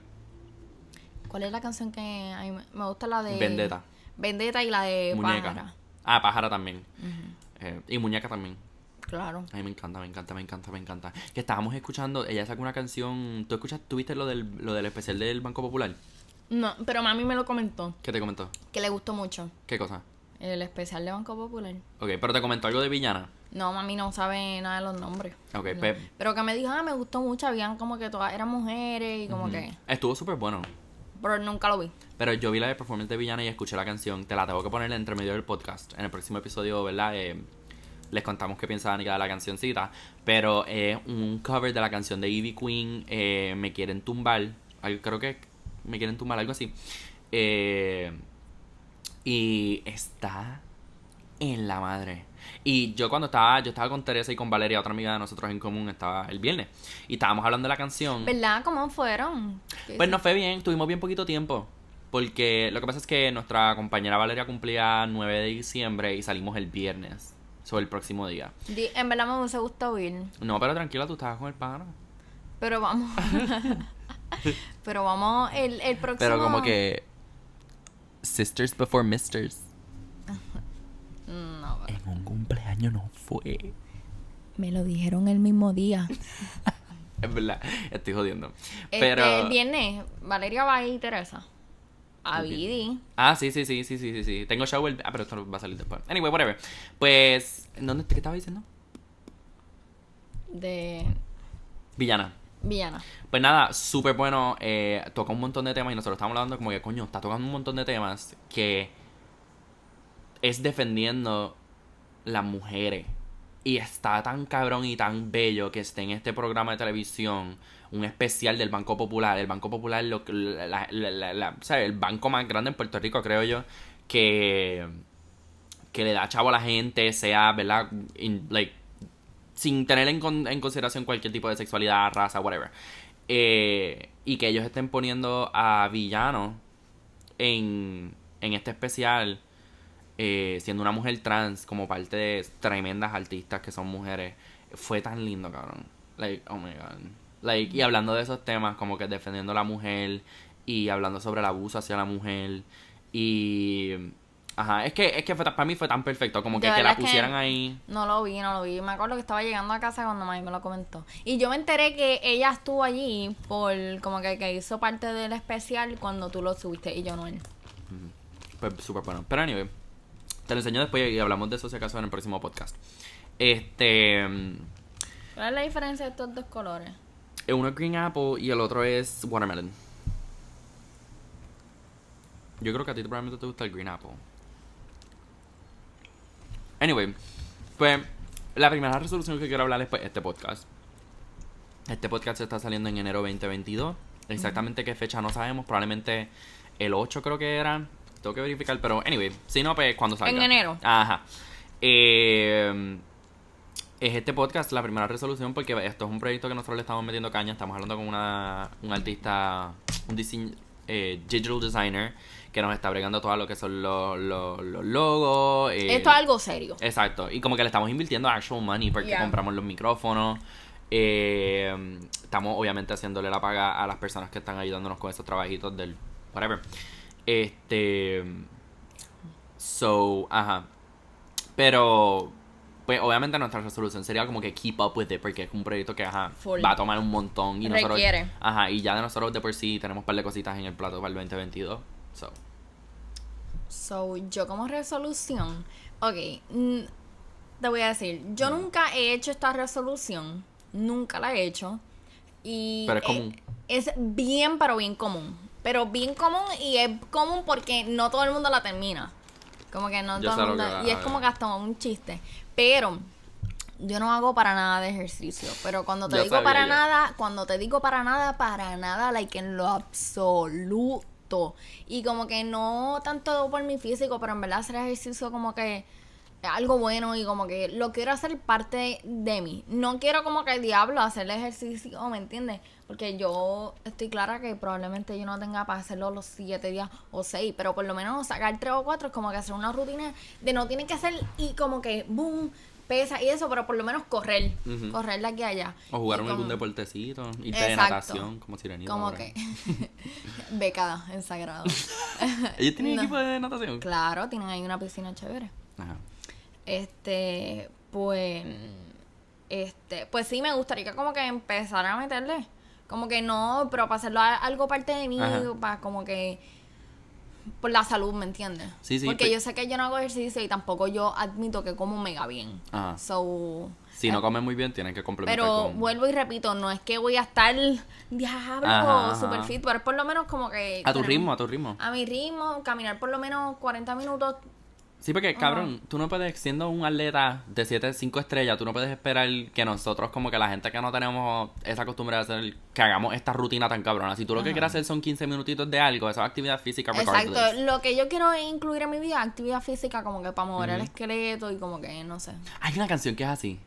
S2: ¿Cuál es la canción que a mí me- me gusta? La de...
S1: Vendetta.
S2: Vendetta y la de
S1: muñeca.
S2: Eh, Pájara.
S1: Ah, pájara también. Eh, y muñeca también.
S2: Claro.
S1: Ay, me encanta, me encanta, me encanta, me encanta. Que estábamos escuchando, ella sacó una canción. ¿Tú escuchas, tuviste lo del, lo del especial del Banco Popular?
S2: No, pero mami me lo comentó,
S1: ¿Qué te comentó?
S2: que le gustó mucho
S1: ¿Qué cosa?
S2: el especial de Banco Popular.
S1: Ok, pero te comentó algo de villana.
S2: No, mami no sabe nada de los nombres.
S1: Ok,
S2: No.
S1: pues-
S2: Pero que me dijo, ah, me gustó mucho, habían como que todas eran mujeres y como que...
S1: Mm. Estuvo súper bueno.
S2: Pero nunca lo vi.
S1: Pero yo vi la de performance de Villana y escuché la canción. Te la tengo que poner entre medio del podcast. En el próximo episodio, ¿verdad? Eh, les contamos qué piensa Danica de la cancioncita. Pero es un cover de la canción de Ivy Queen, eh, Me Quieren Tumbar. Algo- Creo que Me Quieren Tumbar, algo así. Eh, y está en la madre. Y yo cuando estaba, yo estaba con Teresa y con Valeria, otra amiga de nosotros en común, estaba el viernes. Y estábamos hablando de la canción.
S2: ¿Verdad? ¿Cómo fueron? Que-
S1: Pues nos fue bien, tuvimos bien poquito tiempo. Porque lo que pasa es que nuestra compañera Valeria cumplía 9 de diciembre y salimos el viernes. Sobre el próximo día.
S2: Di- En verdad me hubiese gustado ir,
S1: No, pero tranquila, tú estabas con el pana.
S2: pero vamos... pero vamos el, el próximo...
S1: Pero como que. Sisters before misters.
S2: No, pero-
S1: En un cumpleaños no fue.
S2: me lo dijeron el mismo día.
S1: Es verdad, estoy jodiendo.
S2: Este,
S1: Pero.
S2: el viernes, Valeria va y Teresa. A
S1: El
S2: Vidi.
S1: Ah, sí, sí, sí, sí, sí, sí, sí. Tengo show el... Ah, pero esto va a salir después. Anyway, whatever. Pues. ¿Dónde qué estaba diciendo?
S2: de
S1: Villana.
S2: Villana.
S1: Pues nada, súper bueno. Eh, toca un montón de temas y nosotros estamos hablando como que, coño, está tocando un montón de temas que es defendiendo las mujeres. Y está tan cabrón y tan bello que esté en este programa de televisión un especial del Banco Popular. El Banco Popular, lo, que- la- la- la- la- ¿sabes? el banco más grande en Puerto Rico, creo yo, que, que le da chavo a la gente, sea, ¿verdad? In- like, sin tener en, con- en consideración cualquier tipo de sexualidad, raza, whatever. Eh, y que ellos estén poniendo a villanos en, en este especial, eh, siendo una mujer trans, como parte de tremendas artistas que son mujeres, fue tan lindo, cabrón. Like, oh my god. Like, y hablando de esos temas, como que defendiendo a la mujer y hablando sobre el abuso hacia la mujer. Y. Ajá, es que, es que fue tan- para mí fue tan perfecto, como que,
S2: De
S1: que
S2: verdad
S1: la
S2: es que-
S1: pusieran ahí.
S2: No lo vi, no lo vi. Me acuerdo que estaba llegando a casa cuando mami me lo comentó. Y yo me enteré que ella estuvo allí por como que, que hizo parte del especial cuando tú lo subiste y yo no él.
S1: Pues súper bueno. Pero anyway, te lo enseño después y hablamos de eso si acaso en el próximo podcast. Este. mm,
S2: ¿Cuál es la diferencia de estos dos colores?
S1: Uno es Green Apple y el otro es Watermelon. Yo creo que a ti probablemente te gusta el Green Apple. Anyway, pues la primera resolución que quiero hablar es pues, este podcast. Este podcast está saliendo en enero 2022. Exactamente qué fecha no sabemos. Probablemente el 8 creo que era. Tengo que verificar, pero anyway. Si no, pues cuando salga.
S2: En enero.
S1: Ajá. Eh, es este podcast la primera resolución porque esto es un proyecto que nosotros le estamos metiendo caña. Estamos hablando con una, un artista, un dise- eh, digital designer que nos está bregando todo lo que son los, los- los logos. eh,
S2: Esto es algo serio.
S1: Exacto, y como que le estamos invirtiendo actual money porque
S2: Yeah.
S1: compramos los micrófonos. eh, estamos obviamente haciéndole la paga a las personas que están ayudándonos con esos trabajitos del whatever. Este. So, ajá. Pero, pues obviamente nuestra resolución sería como que keep up with it porque es un proyecto que, ajá,
S2: Full.
S1: va a tomar un montón. Y nosotros,
S2: Requiere.
S1: Ajá, y ya de nosotros de por sí tenemos un par de cositas en el plato para el 2022. So,
S2: So, yo como resolución. Ok, mm, te voy a decir, yo nunca he hecho esta resolución. Nunca la he hecho. Y
S1: Pero es
S2: eh,
S1: común.
S2: Es, bien, pero bien común. Pero bien común y es común porque no todo el mundo la termina. Como que no
S1: Yo
S2: todo
S1: sé
S2: el
S1: lo
S2: mundo.
S1: que va,
S2: Y es
S1: a
S2: como
S1: ver.
S2: que hasta un chiste. Pero yo no hago para nada de ejercicio. Pero cuando te
S1: Yo
S2: digo
S1: sabía
S2: para
S1: ya.
S2: nada, cuando te digo para nada, para nada, like en lo absoluto. Y como que no tanto por mi físico, pero en verdad hacer ejercicio como que es algo bueno y como que lo quiero hacer parte de mí. No quiero como que el diablo hacer ejercicio, ¿me entiendes? Porque yo estoy clara que probablemente yo no tenga para hacerlo los siete días o seis, pero por lo menos sacar tres o cuatro es como que hacer una rutina de no tiene que hacer y como que boom, pesa y eso, pero por lo menos correr,
S1: Ujú.
S2: correr de aquí a allá.
S1: o
S2: Y
S1: jugar en
S2: como-
S1: algún deportecito, irte de
S2: Exacto.
S1: natación, como sirenita.
S2: Como
S1: ahora.
S2: que becada en sagrado.
S1: ¿Ellos tienen
S2: No.
S1: equipo de natación?
S2: claro, tienen ahí una piscina chévere.
S1: Ajá.
S2: Este, pues, este, pues sí, me gustaría como que empezar a meterle. Como que no, pero para hacerlo a- algo parte de mí,
S1: Ajá.
S2: para como que por la salud, ¿me entiendes?
S1: Sí, sí,
S2: Porque
S1: pe-
S2: yo sé que yo no hago ejercicio y tampoco yo admito que como mega bien.
S1: Ajá.
S2: So,
S1: Si no comes muy bien, tienes que complementar
S2: Eh, pero
S1: con...
S2: vuelvo y repito, no es que voy a estar diablo
S1: Ajá, ajá.
S2: super fit, pero es por lo menos como que
S1: A tu
S2: tenemos-
S1: ritmo, a tu ritmo.
S2: A mi ritmo, caminar por lo menos 40 minutos
S1: Sí, porque, cabrón, tú no puedes, siendo un atleta de 7, 5 estrellas, tú no puedes esperar que nosotros, como que la gente que no tenemos esa costumbre de hacer, que hagamos esta rutina tan cabrona. Si tú lo que quieres hacer son 15 minutitos de algo, esa es actividad física, regardless.
S2: Exacto, lo que yo quiero es incluir en mi vida actividad física como que para mover el esqueleto y como que, no sé,
S1: Hay una canción que es así.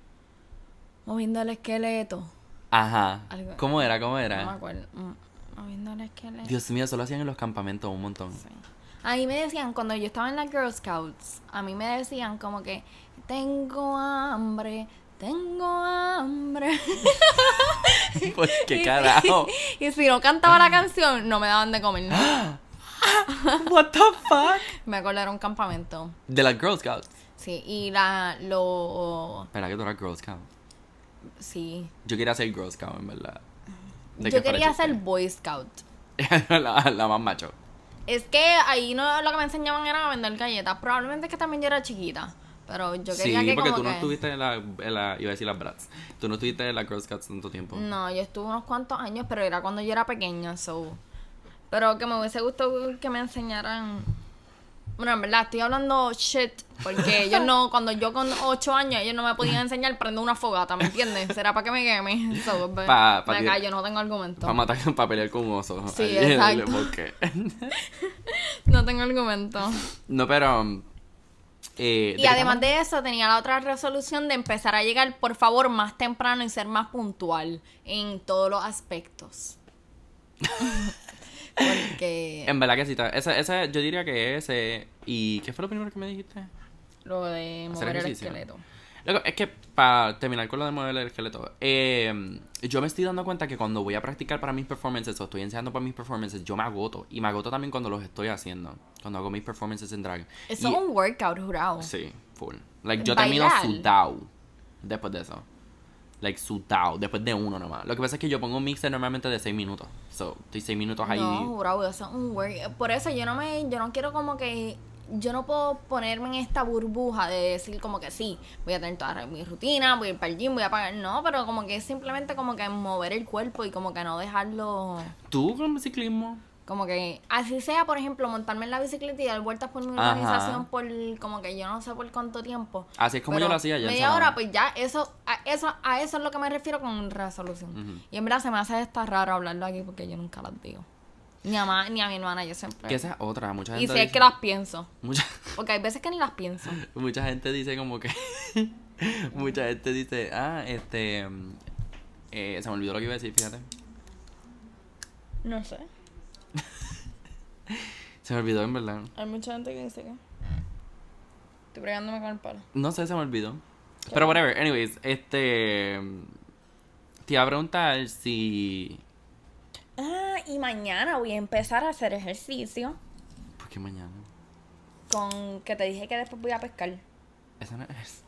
S2: moviendo el esqueleto.
S1: Ajá.
S2: Algo-
S1: ¿Cómo era? ¿Cómo
S2: No me
S1: era?
S2: acuerdo. Mm, Moviendo el esqueleto.
S1: Dios mío, eso lo hacían en los campamentos un montón.
S2: Sí. A mí me decían, cuando yo estaba en las Girl Scouts, a mí me decían como que, tengo hambre, tengo hambre.
S1: Pues,
S2: Y
S1: ¿Qué
S2: si-
S1: carajo? Ah.
S2: y si no cantaba la canción, no me daban de comer.
S1: What the fuck?
S2: Me acuerdo era un campamento.
S1: De las Girl Scouts.
S2: Sí, y la, lo,
S1: Espera, que tú eras Girl Scout.
S2: sí.
S1: Yo quería ser Girl Scout, en verdad. De
S2: Yo
S1: que fuera
S2: quería ser
S1: chiste.
S2: Boy Scout.
S1: la, la más macho.
S2: Es que ahí no lo que me enseñaban era a vender galletas. Probablemente es que también yo era chiquita. Pero yo
S1: Sí,
S2: quería que
S1: porque
S2: como
S1: tú no
S2: que-
S1: estuviste en la, en la- Iba a decir las Brats. Tú no estuviste en la Girl Scouts tanto tiempo.
S2: Mm, No, yo estuve unos cuantos años, pero era cuando yo era pequeña, so. Pero que me hubiese gustado que me enseñaran. Bueno, en verdad, estoy hablando shit. Porque ellos no, cuando yo con 8 años, ellos no me podían enseñar prender una fogata, ¿me entiendes? Será para que me queme. So, me-
S1: Pa- pa
S2: me
S1: ti-
S2: callo, yo no tengo argumento.
S1: Para matar, para pelear con un oso.
S2: Sí,
S1: Ahí en el
S2: exacto.
S1: bosque.
S2: No tengo argumento.
S1: no, pero. um, eh,
S2: Y además de eso, tenía la otra resolución de empezar a llegar, por favor, más temprano y ser más puntual en todos los aspectos. Porque
S1: En verdad que sí. ta- Esa, esa, yo diría que ese. ¿Y qué fue lo primero que me dijiste?
S2: lo de
S1: Hacer
S2: mover el
S1: ejercicio.
S2: esqueleto.
S1: Loco, es que para terminar con lo de mover el esqueleto, eh, yo me estoy dando cuenta que cuando voy a practicar para mis performances o estoy enseñando para mis performances, yo me agoto. Y me agoto también cuando los estoy haciendo. Cuando hago mis performances en drag.
S2: Eso
S1: Y-
S2: es un workout, jurado.
S1: Sí, full. Like, yo
S2: Bailar.
S1: termino sudado después de eso. Like, sudado, después de uno nomás. Lo que pasa es que yo pongo un mixer normalmente de 6 minutos. So, estoy 6 minutos ahí.
S2: No, jurado, eso es un workout. Por eso yo no me, yo no quiero como que, yo no puedo ponerme en esta burbuja de decir como que sí, voy a tener toda mi rutina, voy a ir para el gym, voy a pagar. No, pero como que es simplemente como que mover el cuerpo y como que no dejarlo.
S1: ¿Tú con ciclismo?
S2: Como que así sea, por ejemplo, montarme en la bicicleta y dar vueltas por mi
S1: Ajá.
S2: organización por como que yo no sé por cuánto tiempo.
S1: Así es como
S2: Pero
S1: yo lo hacía ya en
S2: Media
S1: Sabana.
S2: hora, pues ya, eso a, eso a eso es lo que me refiero con resolución.
S1: Ujú.
S2: Y en verdad se me hace hasta raro hablarlo aquí porque yo nunca las digo. Ni a mamá ni a mi hermana, yo siempre.
S1: Que esa es otra, mucha gente.
S2: y si es
S1: dice-
S2: que las pienso.
S1: mucha,
S2: Porque hay veces que ni las pienso.
S1: mucha gente dice como que. mucha gente dice, ah, este. mm, eh, se me olvidó lo que iba a decir, fíjate.
S5: No sé.
S1: Se me olvidó, en verdad.
S5: Hay mucha gente que dice que. Estoy bregándome con el palo.
S1: No sé, se me olvidó. Pero whatever, anyways, este. mm, Te iba a preguntar si.
S5: Ah, y mañana voy a empezar a hacer ejercicio
S1: ¿Por qué mañana?
S5: con que te dije que después voy a pescar.
S1: Esa no es.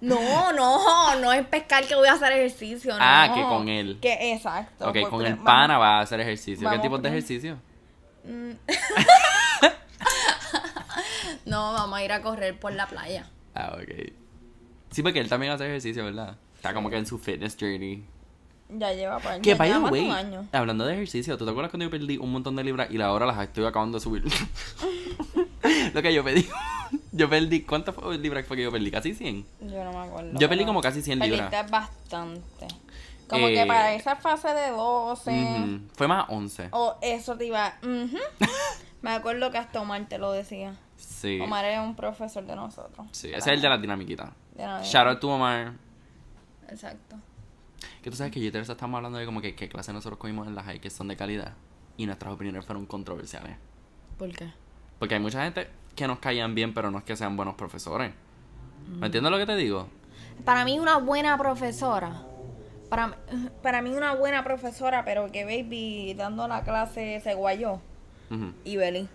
S5: No, no, no es pescar que voy a hacer ejercicio. No.
S1: Ah, que con él.
S5: Que exacto.
S1: Ok,
S5: por-
S1: con el
S5: vamos-
S1: pana va a hacer ejercicio. ¿Qué
S5: vamos
S1: tipo
S5: por
S1: de
S5: ahí.
S1: ejercicio?
S2: No, vamos a ir a correr por la playa.
S1: Ah, ok. Sí, porque él también hace ejercicio, ¿verdad? Está como que en su fitness journey.
S5: Ya lleva para
S1: Que
S5: ya
S1: by the
S5: lleva más de
S1: way,
S5: un año.
S1: hablando de ejercicio, ¿tú te acuerdas cuando yo perdí un montón de libras y la hora las estoy acabando de subir? Lo que yo pedí. Yo perdí, ¿cuántas fue- libras fue que yo perdí? Casi 100.
S5: Yo no me acuerdo.
S1: Yo perdí
S5: pero
S1: como casi 100 libras.
S5: Perdiste bastante. Como
S1: Eh,
S5: que para esa fase de 12.
S1: Ujú. Fue más 11.
S5: O eso te iba. ujú. Me acuerdo que hasta Omar te lo decía.
S1: Sí.
S5: Omar es un profesor de nosotros.
S1: Sí, ese es el de la dinamiquita.
S5: De la-
S1: Shout out to Omar.
S5: Exacto.
S1: Que tú sabes que yo y Teresa estamos hablando de como que qué clase nosotros comimos en las high que son de calidad. Y nuestras opiniones fueron controversiales.
S2: ¿Por qué?
S1: Porque hay mucha gente que nos caían bien, pero no es que sean buenos profesores.
S5: Mm.
S1: ¿Me entiendes lo que te digo?
S2: Para mí una buena profesora.
S5: Para, mí- para mí una buena profesora, pero que baby dando la clase se guayó.
S1: Ujú.
S5: Y Beli.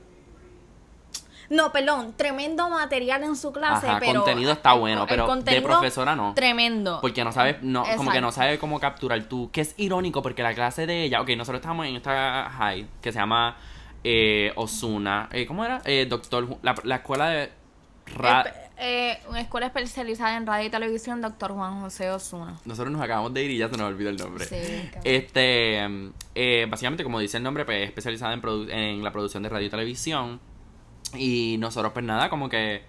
S2: No, perdón, tremendo material en su clase,
S1: Ajá,
S2: pero
S1: contenido está bueno,
S2: el
S1: pero de
S2: contenido
S1: profesora no.
S2: Tremendo.
S1: Porque no sabe, no, como que no
S2: Exacto.
S1: sabe cómo capturar tú. Que es irónico porque la clase de ella, ok, nosotros estamos en esta high que se llama eh, Osuna. eh, ¿Cómo era? Eh, Doctor, Ju- la, la escuela de... Ra-
S2: Espe- eh, una escuela especializada en radio y televisión, doctor Juan José Osuna.
S1: Nosotros nos acabamos de ir y ya se nos olvidó el nombre.
S2: Sí, cabrón.
S1: Este, mm, eh, básicamente, como dice el nombre, pues es especializada en, produ- en la producción de radio y televisión. Y nosotros, pues nada, como que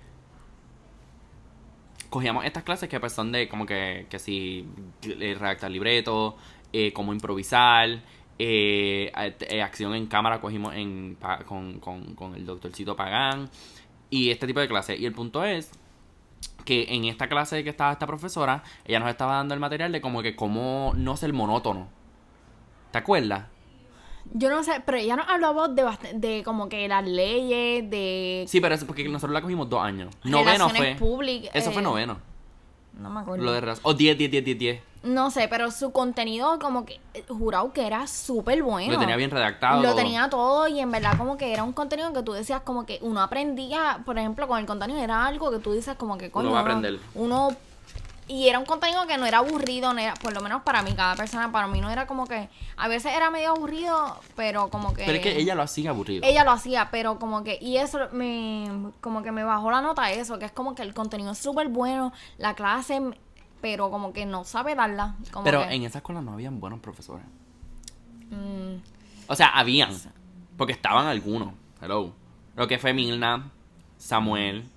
S1: cogíamos estas clases que pues son de como que, que si eh, redactar libretos, eh, cómo improvisar, eh, act- eh, acción en cámara cogimos en, pa- con, con, con el doctorcito Pagán y este tipo de clases. Y el punto es que en esta clase que estaba esta profesora, ella nos estaba dando el material de como que cómo no ser monótono. ¿Te acuerdas?
S2: Yo no sé, pero ella nos hablaba de, bast- de como que las leyes, de
S1: Sí, pero es porque nosotros la cogimos dos años. Noveno
S2: relaciones
S1: fue.
S2: públicas.
S1: Eso fue
S2: eh,
S1: noveno.
S2: No me acuerdo.
S1: Lo de O 10, 10, 10, 10, 10.
S2: No sé, pero su contenido como que eh, jurado que era súper bueno.
S1: Lo tenía bien redactado.
S2: Lo
S1: todo.
S2: tenía todo y en verdad como que era un contenido que tú decías como que uno aprendía, por ejemplo, con el contenido era algo que tú dices como que coño,
S1: Uno va a aprender.
S2: Uno y era un contenido que no era aburrido, no era, por lo menos para mí, cada persona, para mí no era como que a veces era medio aburrido, pero como que
S1: Pero es que ella lo hacía aburrido.
S2: ella lo hacía, pero como que, y eso me, como que me bajó la nota eso, que es como que el contenido es súper bueno, la clase, pero como que no sabe darla. como
S1: Pero
S2: que,
S1: en esa escuela no habían buenos profesores.
S2: mm,
S1: O sea, habían. Porque estaban algunos. Hello. Lo que fue Milna, Samuel.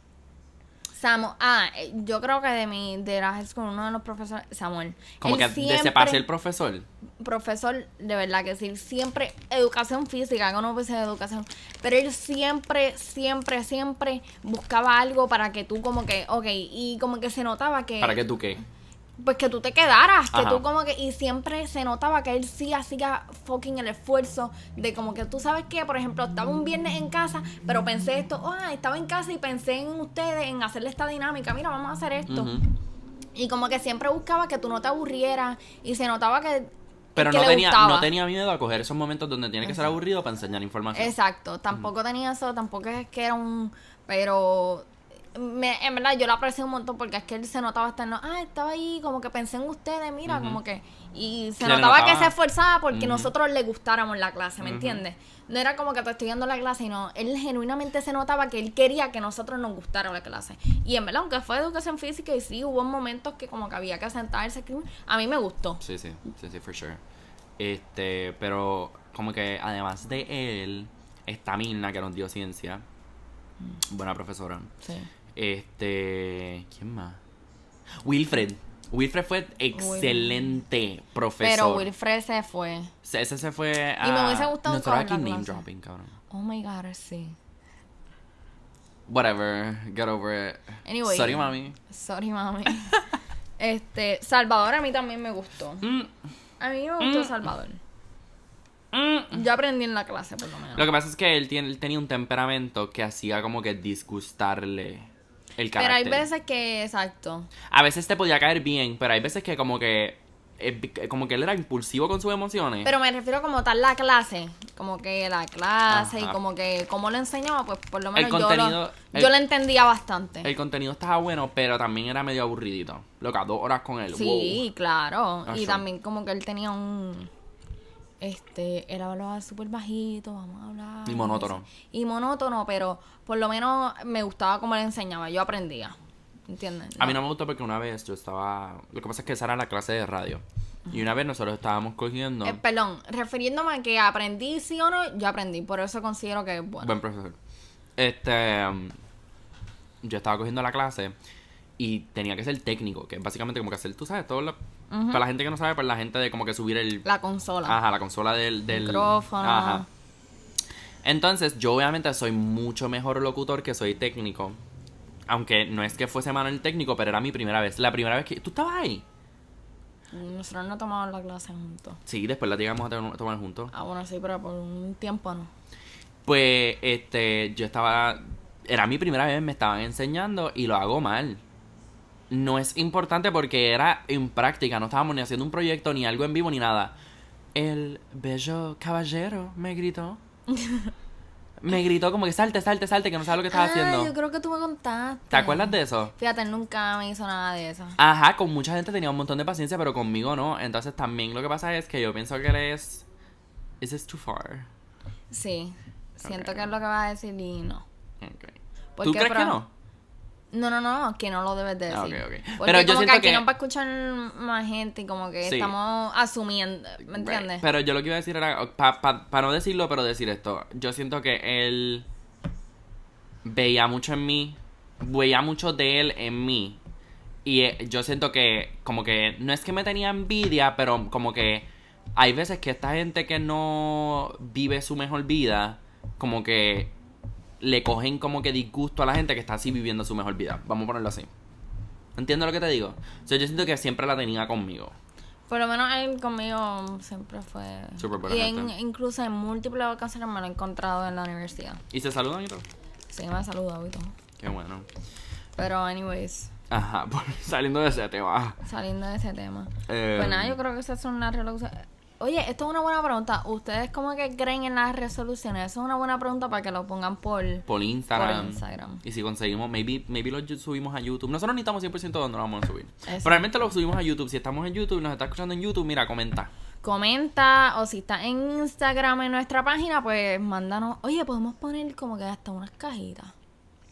S2: Samo, ah, eh, yo creo que de mi, de la high school, uno de los profesores, Samuel.
S1: Como
S2: él
S1: que
S2: siempre-
S1: se pase el profesor.
S2: profesor, de verdad que sí, siempre educación física, que no pensé de educación, pero él siempre, siempre, siempre buscaba algo para que tú como que, ok, y como que se notaba que...
S1: ¿Para qué tú qué?
S2: pues que tú te quedaras, que
S1: Ajá.
S2: tú como que, y siempre se notaba que él sí hacía fucking el esfuerzo de como que tú sabes que, por ejemplo, estaba un viernes en casa, pero pensé esto, ah, estaba en casa y pensé en ustedes, en hacerle esta dinámica, mira, vamos a hacer esto.
S1: Ujú.
S2: Y como que siempre buscaba que tú no te aburrieras y se notaba que...
S1: Pero
S2: que
S1: no
S2: le
S1: tenía,
S2: gustaba.
S1: no tenía miedo a coger esos momentos donde tiene que ser aburrido para enseñar información.
S2: Exacto, tampoco tenía eso, tampoco es que era un... Pero... me- en verdad yo lo aprecié un montón porque es que él se notaba hasta en lo- ah, estaba ahí, como que pensé en ustedes, mira,
S1: Ujú.
S2: como que... Y se
S1: Se le
S2: notaba, que
S1: notaba.
S2: se esforzaba porque
S1: Ujú.
S2: nosotros le gustáramos la clase, ¿me
S1: Ujú.
S2: entiendes? No era como que te estoy dando la clase, sino él genuinamente se notaba que él quería que nosotros nos gustara la clase. Y en verdad, aunque fue educación física y sí, hubo momentos que como que había que sentarse, a escribir, a mí me gustó.
S1: Sí, sí, sí, sí, for sure. Este, pero como que además de él, está Mirna, que nos dio ciencia. Buena profesora.
S5: Sí.
S1: Este. ¿Quién más? Wilfred. Wilfred fue excelente profesor.
S2: Pero Wilfred se fue.
S1: Se- Ese se fue a.
S2: Y me hubiese gustado
S1: Nosotros
S2: coger
S1: aquí
S2: la
S1: name
S2: clase.
S1: dropping, cabrón.
S2: Oh my god, sí.
S1: Whatever, get over it.
S2: Anyway.
S1: Sorry, mami.
S2: Sorry, mami. este, Salvador a mí también me gustó.
S1: Mm.
S2: A mí me gustó Salvador. Yo aprendí en la clase, por lo menos.
S1: mm. Lo que pasa es que él, tiene, él tenía un temperamento que hacía como que disgustarle el
S2: Pero hay
S1: carácter.
S2: veces que, exacto.
S1: A veces te podía caer bien, pero hay veces que como que eh, como que él era impulsivo con sus emociones.
S2: Pero me refiero como tal la clase. Como que la clase y
S1: Ajá.
S2: como que cómo lo enseñaba, pues por lo
S1: El
S2: menos yo,
S1: contenido-
S2: lo,
S1: el-
S2: yo lo entendía bastante.
S1: el contenido estaba bueno, pero también era medio aburridito. Loca, dos horas con él.
S2: Sí, claro.
S1: Ah,
S2: y
S1: sí.
S2: también como que él tenía un... Este, él hablaba súper bajito, vamos a hablar.
S1: Y monótono.
S2: Y monótono, pero por lo menos me gustaba como le enseñaba, yo aprendía. ¿Entiendes?
S1: Wow. A mí no me gustó porque una vez yo estaba... Lo que pasa es que esa era la clase de radio. Y una vez nosotros estábamos cogiendo...
S2: Eh, perdón, refiriéndome a que aprendí sí o no, yo aprendí, por eso considero que es bueno.
S1: Buen profesor. Este. um, Yo estaba cogiendo la clase y tenía que ser técnico, que es básicamente como que hacer, tú sabes, todo lo- Para la gente que no sabe, para la gente de como que subir el.
S2: La consola.
S1: Ajá, la consola del. del
S2: Micrófono.
S1: Ajá. Entonces, yo obviamente soy mucho mejor locutor que soy técnico. Aunque no es que fuese malo el técnico, pero era mi primera vez. La primera vez que. ¿Tú estabas ahí?
S2: Nosotros no tomamos la clase juntos.
S1: Sí, después la llegamos a to- tomar juntos.
S2: Ah, bueno, sí, pero por un tiempo no.
S1: Pues, este, yo estaba. Era mi primera vez, me estaban enseñando y lo hago mal. No es importante porque era en práctica, no estábamos ni haciendo un proyecto, ni algo en vivo, ni nada. El bello caballero me gritó. Me gritó como que salte, salte, salte, que no sabe lo que estás
S2: Ah, yo
S1: haciendo.
S2: creo que tú me contaste.
S1: ¿Te acuerdas de eso?
S2: Fíjate, él nunca me hizo nada de eso.
S1: Ajá, con mucha gente tenía un montón de paciencia, pero conmigo no. Entonces también lo que pasa es que yo pienso que eres... Is this too far?
S2: Sí. Siento
S1: Ok.
S2: que es lo que vas a decir y no.
S1: Ok.
S2: ¿Por
S1: ¿Tú
S2: qué,
S1: crees que
S2: pero-
S1: no?
S2: No, no, no, que no lo debes de decir.
S1: Ah, ok, ok.
S2: Porque
S1: Pero
S2: como que
S1: yo siento
S2: aquí
S1: que-
S2: nos va a escuchar más gente y como que
S1: Sí.
S2: estamos asumiendo, ¿me
S1: Right.
S2: entiendes?
S1: Pero yo lo que iba a decir era, para no decirlo, pero decir esto, yo siento que él veía mucho en mí, veía mucho de él en mí. Y eh, yo siento que como que no es que me tenía envidia, pero como que hay veces que esta gente que no vive su mejor vida, como que le cogen como que disgusto a la gente que está así viviendo su mejor vida. Vamos a ponerlo así. ¿Entiendes lo que te digo? O sea, yo siento que siempre la tenía conmigo.
S2: Por lo menos él conmigo siempre fue...
S1: Súper buena
S2: y en-
S1: gente.
S2: incluso en múltiples ocasiones me lo he encontrado en la universidad.
S1: Y se saludan y todo.
S2: Sí, me ha saludado y todo.
S1: Qué bueno.
S2: Pero anyways,
S1: Ajá, por- saliendo de ese tema.
S2: saliendo de ese tema.
S1: Eh,
S2: Pues nada, yo creo que esas son las resoluciones. Oye, esto es una buena pregunta. ¿Ustedes cómo que creen en las resoluciones? Eso es una buena pregunta para que lo pongan por...
S1: Por Instagram.
S2: Por Instagram.
S1: Y si conseguimos, maybe, maybe lo yu- subimos a YouTube. Nosotros ni estamos 100% donde lo vamos a subir.
S2: Exacto.
S1: Pero realmente lo subimos a YouTube. Si estamos en YouTube y nos está escuchando en YouTube, mira, comenta.
S2: Comenta o si está en Instagram en nuestra página, pues mándanos. Oye, podemos poner como que hasta unas cajitas.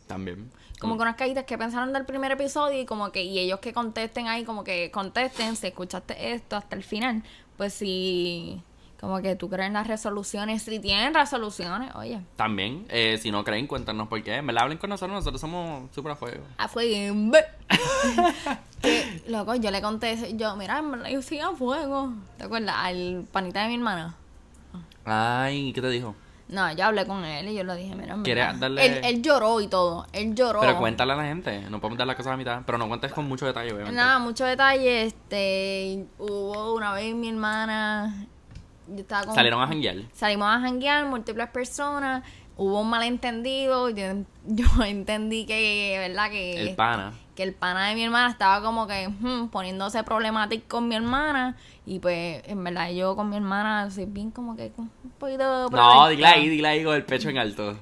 S1: También.
S2: Como que unas cajitas que pensaron del primer episodio y como que y ellos que contesten ahí, como que contesten si escuchaste esto hasta el final. Pues si como que tú crees en las resoluciones, si tienen resoluciones, oye,
S1: También. eh, si no creen, cuéntanos por qué. Me la hablen con nosotros, nosotros somos súper a fuego.
S2: a fuego. Que, Loco, yo le conté, yo, mira, en verdad, yo sí a fuego. ¿Te acuerdas? Al panita de mi hermana.
S1: Ay, ¿qué te dijo?
S2: No, yo hablé con él y yo le dije, mira, en
S1: ¿Quieres
S2: verdad.
S1: darle-
S2: Él, él lloró y todo. Él lloró.
S1: Pero cuéntale a la gente. No podemos dar las cosas a mitad. Pero no cuentes con mucho detalle, obviamente.
S2: Nada, mucho detalle. Este, hubo una vez mi hermana. Yo estaba con.
S1: Salieron a janguear.
S2: Salimos a janguear, múltiples personas. Hubo un malentendido. Yo, yo entendí que, ¿verdad? Que
S1: El pana.
S2: que el pana de mi hermana estaba como que hmm, poniéndose problemático con mi hermana y pues en verdad yo con mi hermana soy bien como que un poquito
S1: No, dile
S2: protectora.
S1: ahí, dile ahí con el pecho en alto.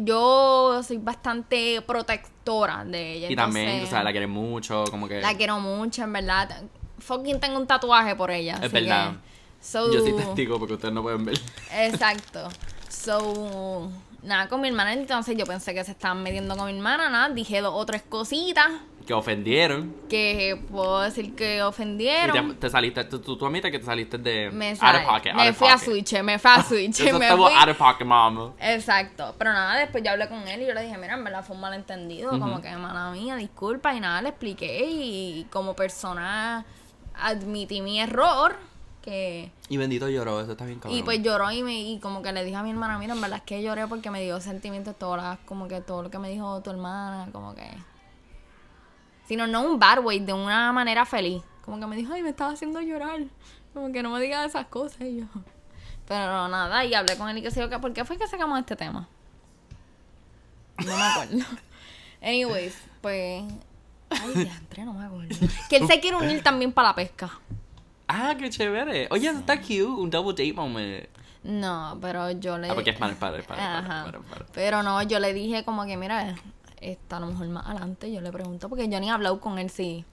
S2: yo soy bastante protectora de ella
S1: Y también, o
S2: entonces,
S1: sea, la quieres mucho, como que...
S2: la quiero mucho en verdad fucking tengo un tatuaje por ella
S1: Es
S2: así
S1: verdad.
S2: que- so-
S1: Yo soy testigo porque ustedes no pueden ver.
S2: Exacto. So, nada, con mi hermana, entonces yo pensé que se estaban metiendo con mi hermana, nada, dije dos o tres cositas.
S1: que ofendieron.
S2: Que puedo decir que
S1: Y te,
S2: ofendieron.
S1: te saliste, tú, tú, tú admites que te saliste de
S2: me
S1: out
S2: sal-
S1: of pocket. out
S2: me
S1: of
S2: fui a
S1: pocket.
S2: Switch, me fui a Switch.
S1: Eso
S2: me
S1: estuvo
S2: fui.
S1: out of pocket, mama.
S2: Exacto, pero nada, después yo hablé con él y yo le dije, mira, en verdad fue un malentendido, como que mala mía, disculpa y nada, le expliqué y como persona admití mi error, que...
S1: Y bendito lloró, eso está bien cabrón.
S2: Y pues lloró y, me, y como que le dije a mi hermana, mira, en verdad es que lloré porque me dio sentimientos todas las- como que todo lo que me dijo tu hermana, como que... Sino no un bad way, de una manera feliz. Como que me dijo, ay, me estaba haciendo llorar. Como que no me digas esas cosas y yo. Pero nada, y hablé con él y que sé yo, que- ¿por qué fue que sacamos este tema? No me acuerdo. Anyways, pues... Ay, diantre, no me acuerdo. Que él se quiere unir también para la pesca.
S1: Ah, qué chévere. Oye, eso está cute, un double date moment.
S2: No, pero yo le...
S1: Ah, porque es para, para, para,
S2: Ajá.
S1: para, para, para.
S2: Pero no, yo le dije como que, mira, está a lo mejor más adelante, yo le pregunto, porque yo ni he hablado con él, sí.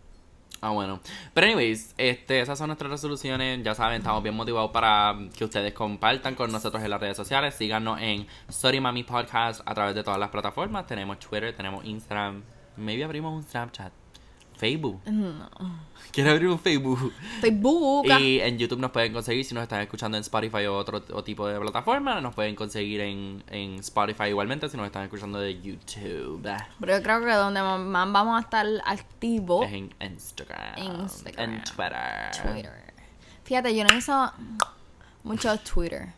S1: Ah, bueno. Pero anyways, este, esas son nuestras resoluciones. Ya saben, estamos bien motivados para que ustedes compartan con nosotros en las redes sociales. Síganos en Sorry Mami Podcast a través de todas las plataformas. Tenemos Twitter, tenemos Instagram. Maybe abrimos un Snapchat. Facebook.
S2: No.
S1: Quiero abrir un Facebook.
S2: Facebook.
S1: Y en YouTube nos pueden conseguir, si nos están escuchando en Spotify o otro o tipo de plataforma, nos pueden conseguir en, en Spotify igualmente, si nos están escuchando de YouTube.
S2: Pero yo creo que donde más- más vamos a estar activos
S1: Es en Instagram.
S2: Oh. Instagram.
S1: En Twitter.
S2: Twitter. Fíjate, yo no uso mucho Twitter.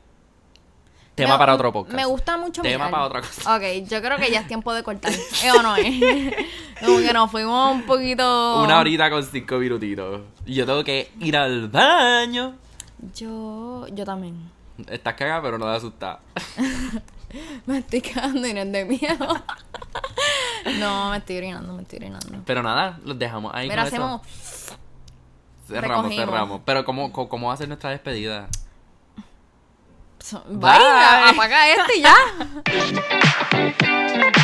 S1: Tema
S2: Me-
S1: para otro podcast.
S2: Me gusta mucho
S1: Tema
S2: mirar.
S1: para otra cosa.
S2: Ok, yo creo que ya es tiempo de cortar. ¿Eh o no es? Como que nos fuimos un poquito...
S1: Una horita con cinco minutitos. Y yo tengo que ir al baño.
S2: Yo, yo también.
S1: Estás cagada, pero no te asustar.
S2: Me estoy cagando y no es de miedo. No, me estoy orinando, me estoy orinando.
S1: Pero nada, los dejamos ahí.
S2: Mira,
S1: con eso.
S2: hacemos.
S1: Cerramos,
S2: recogimos.
S1: cerramos. Pero ¿cómo, cómo, cómo va a ser nuestra despedida?
S2: Bye. Apaga este y ya.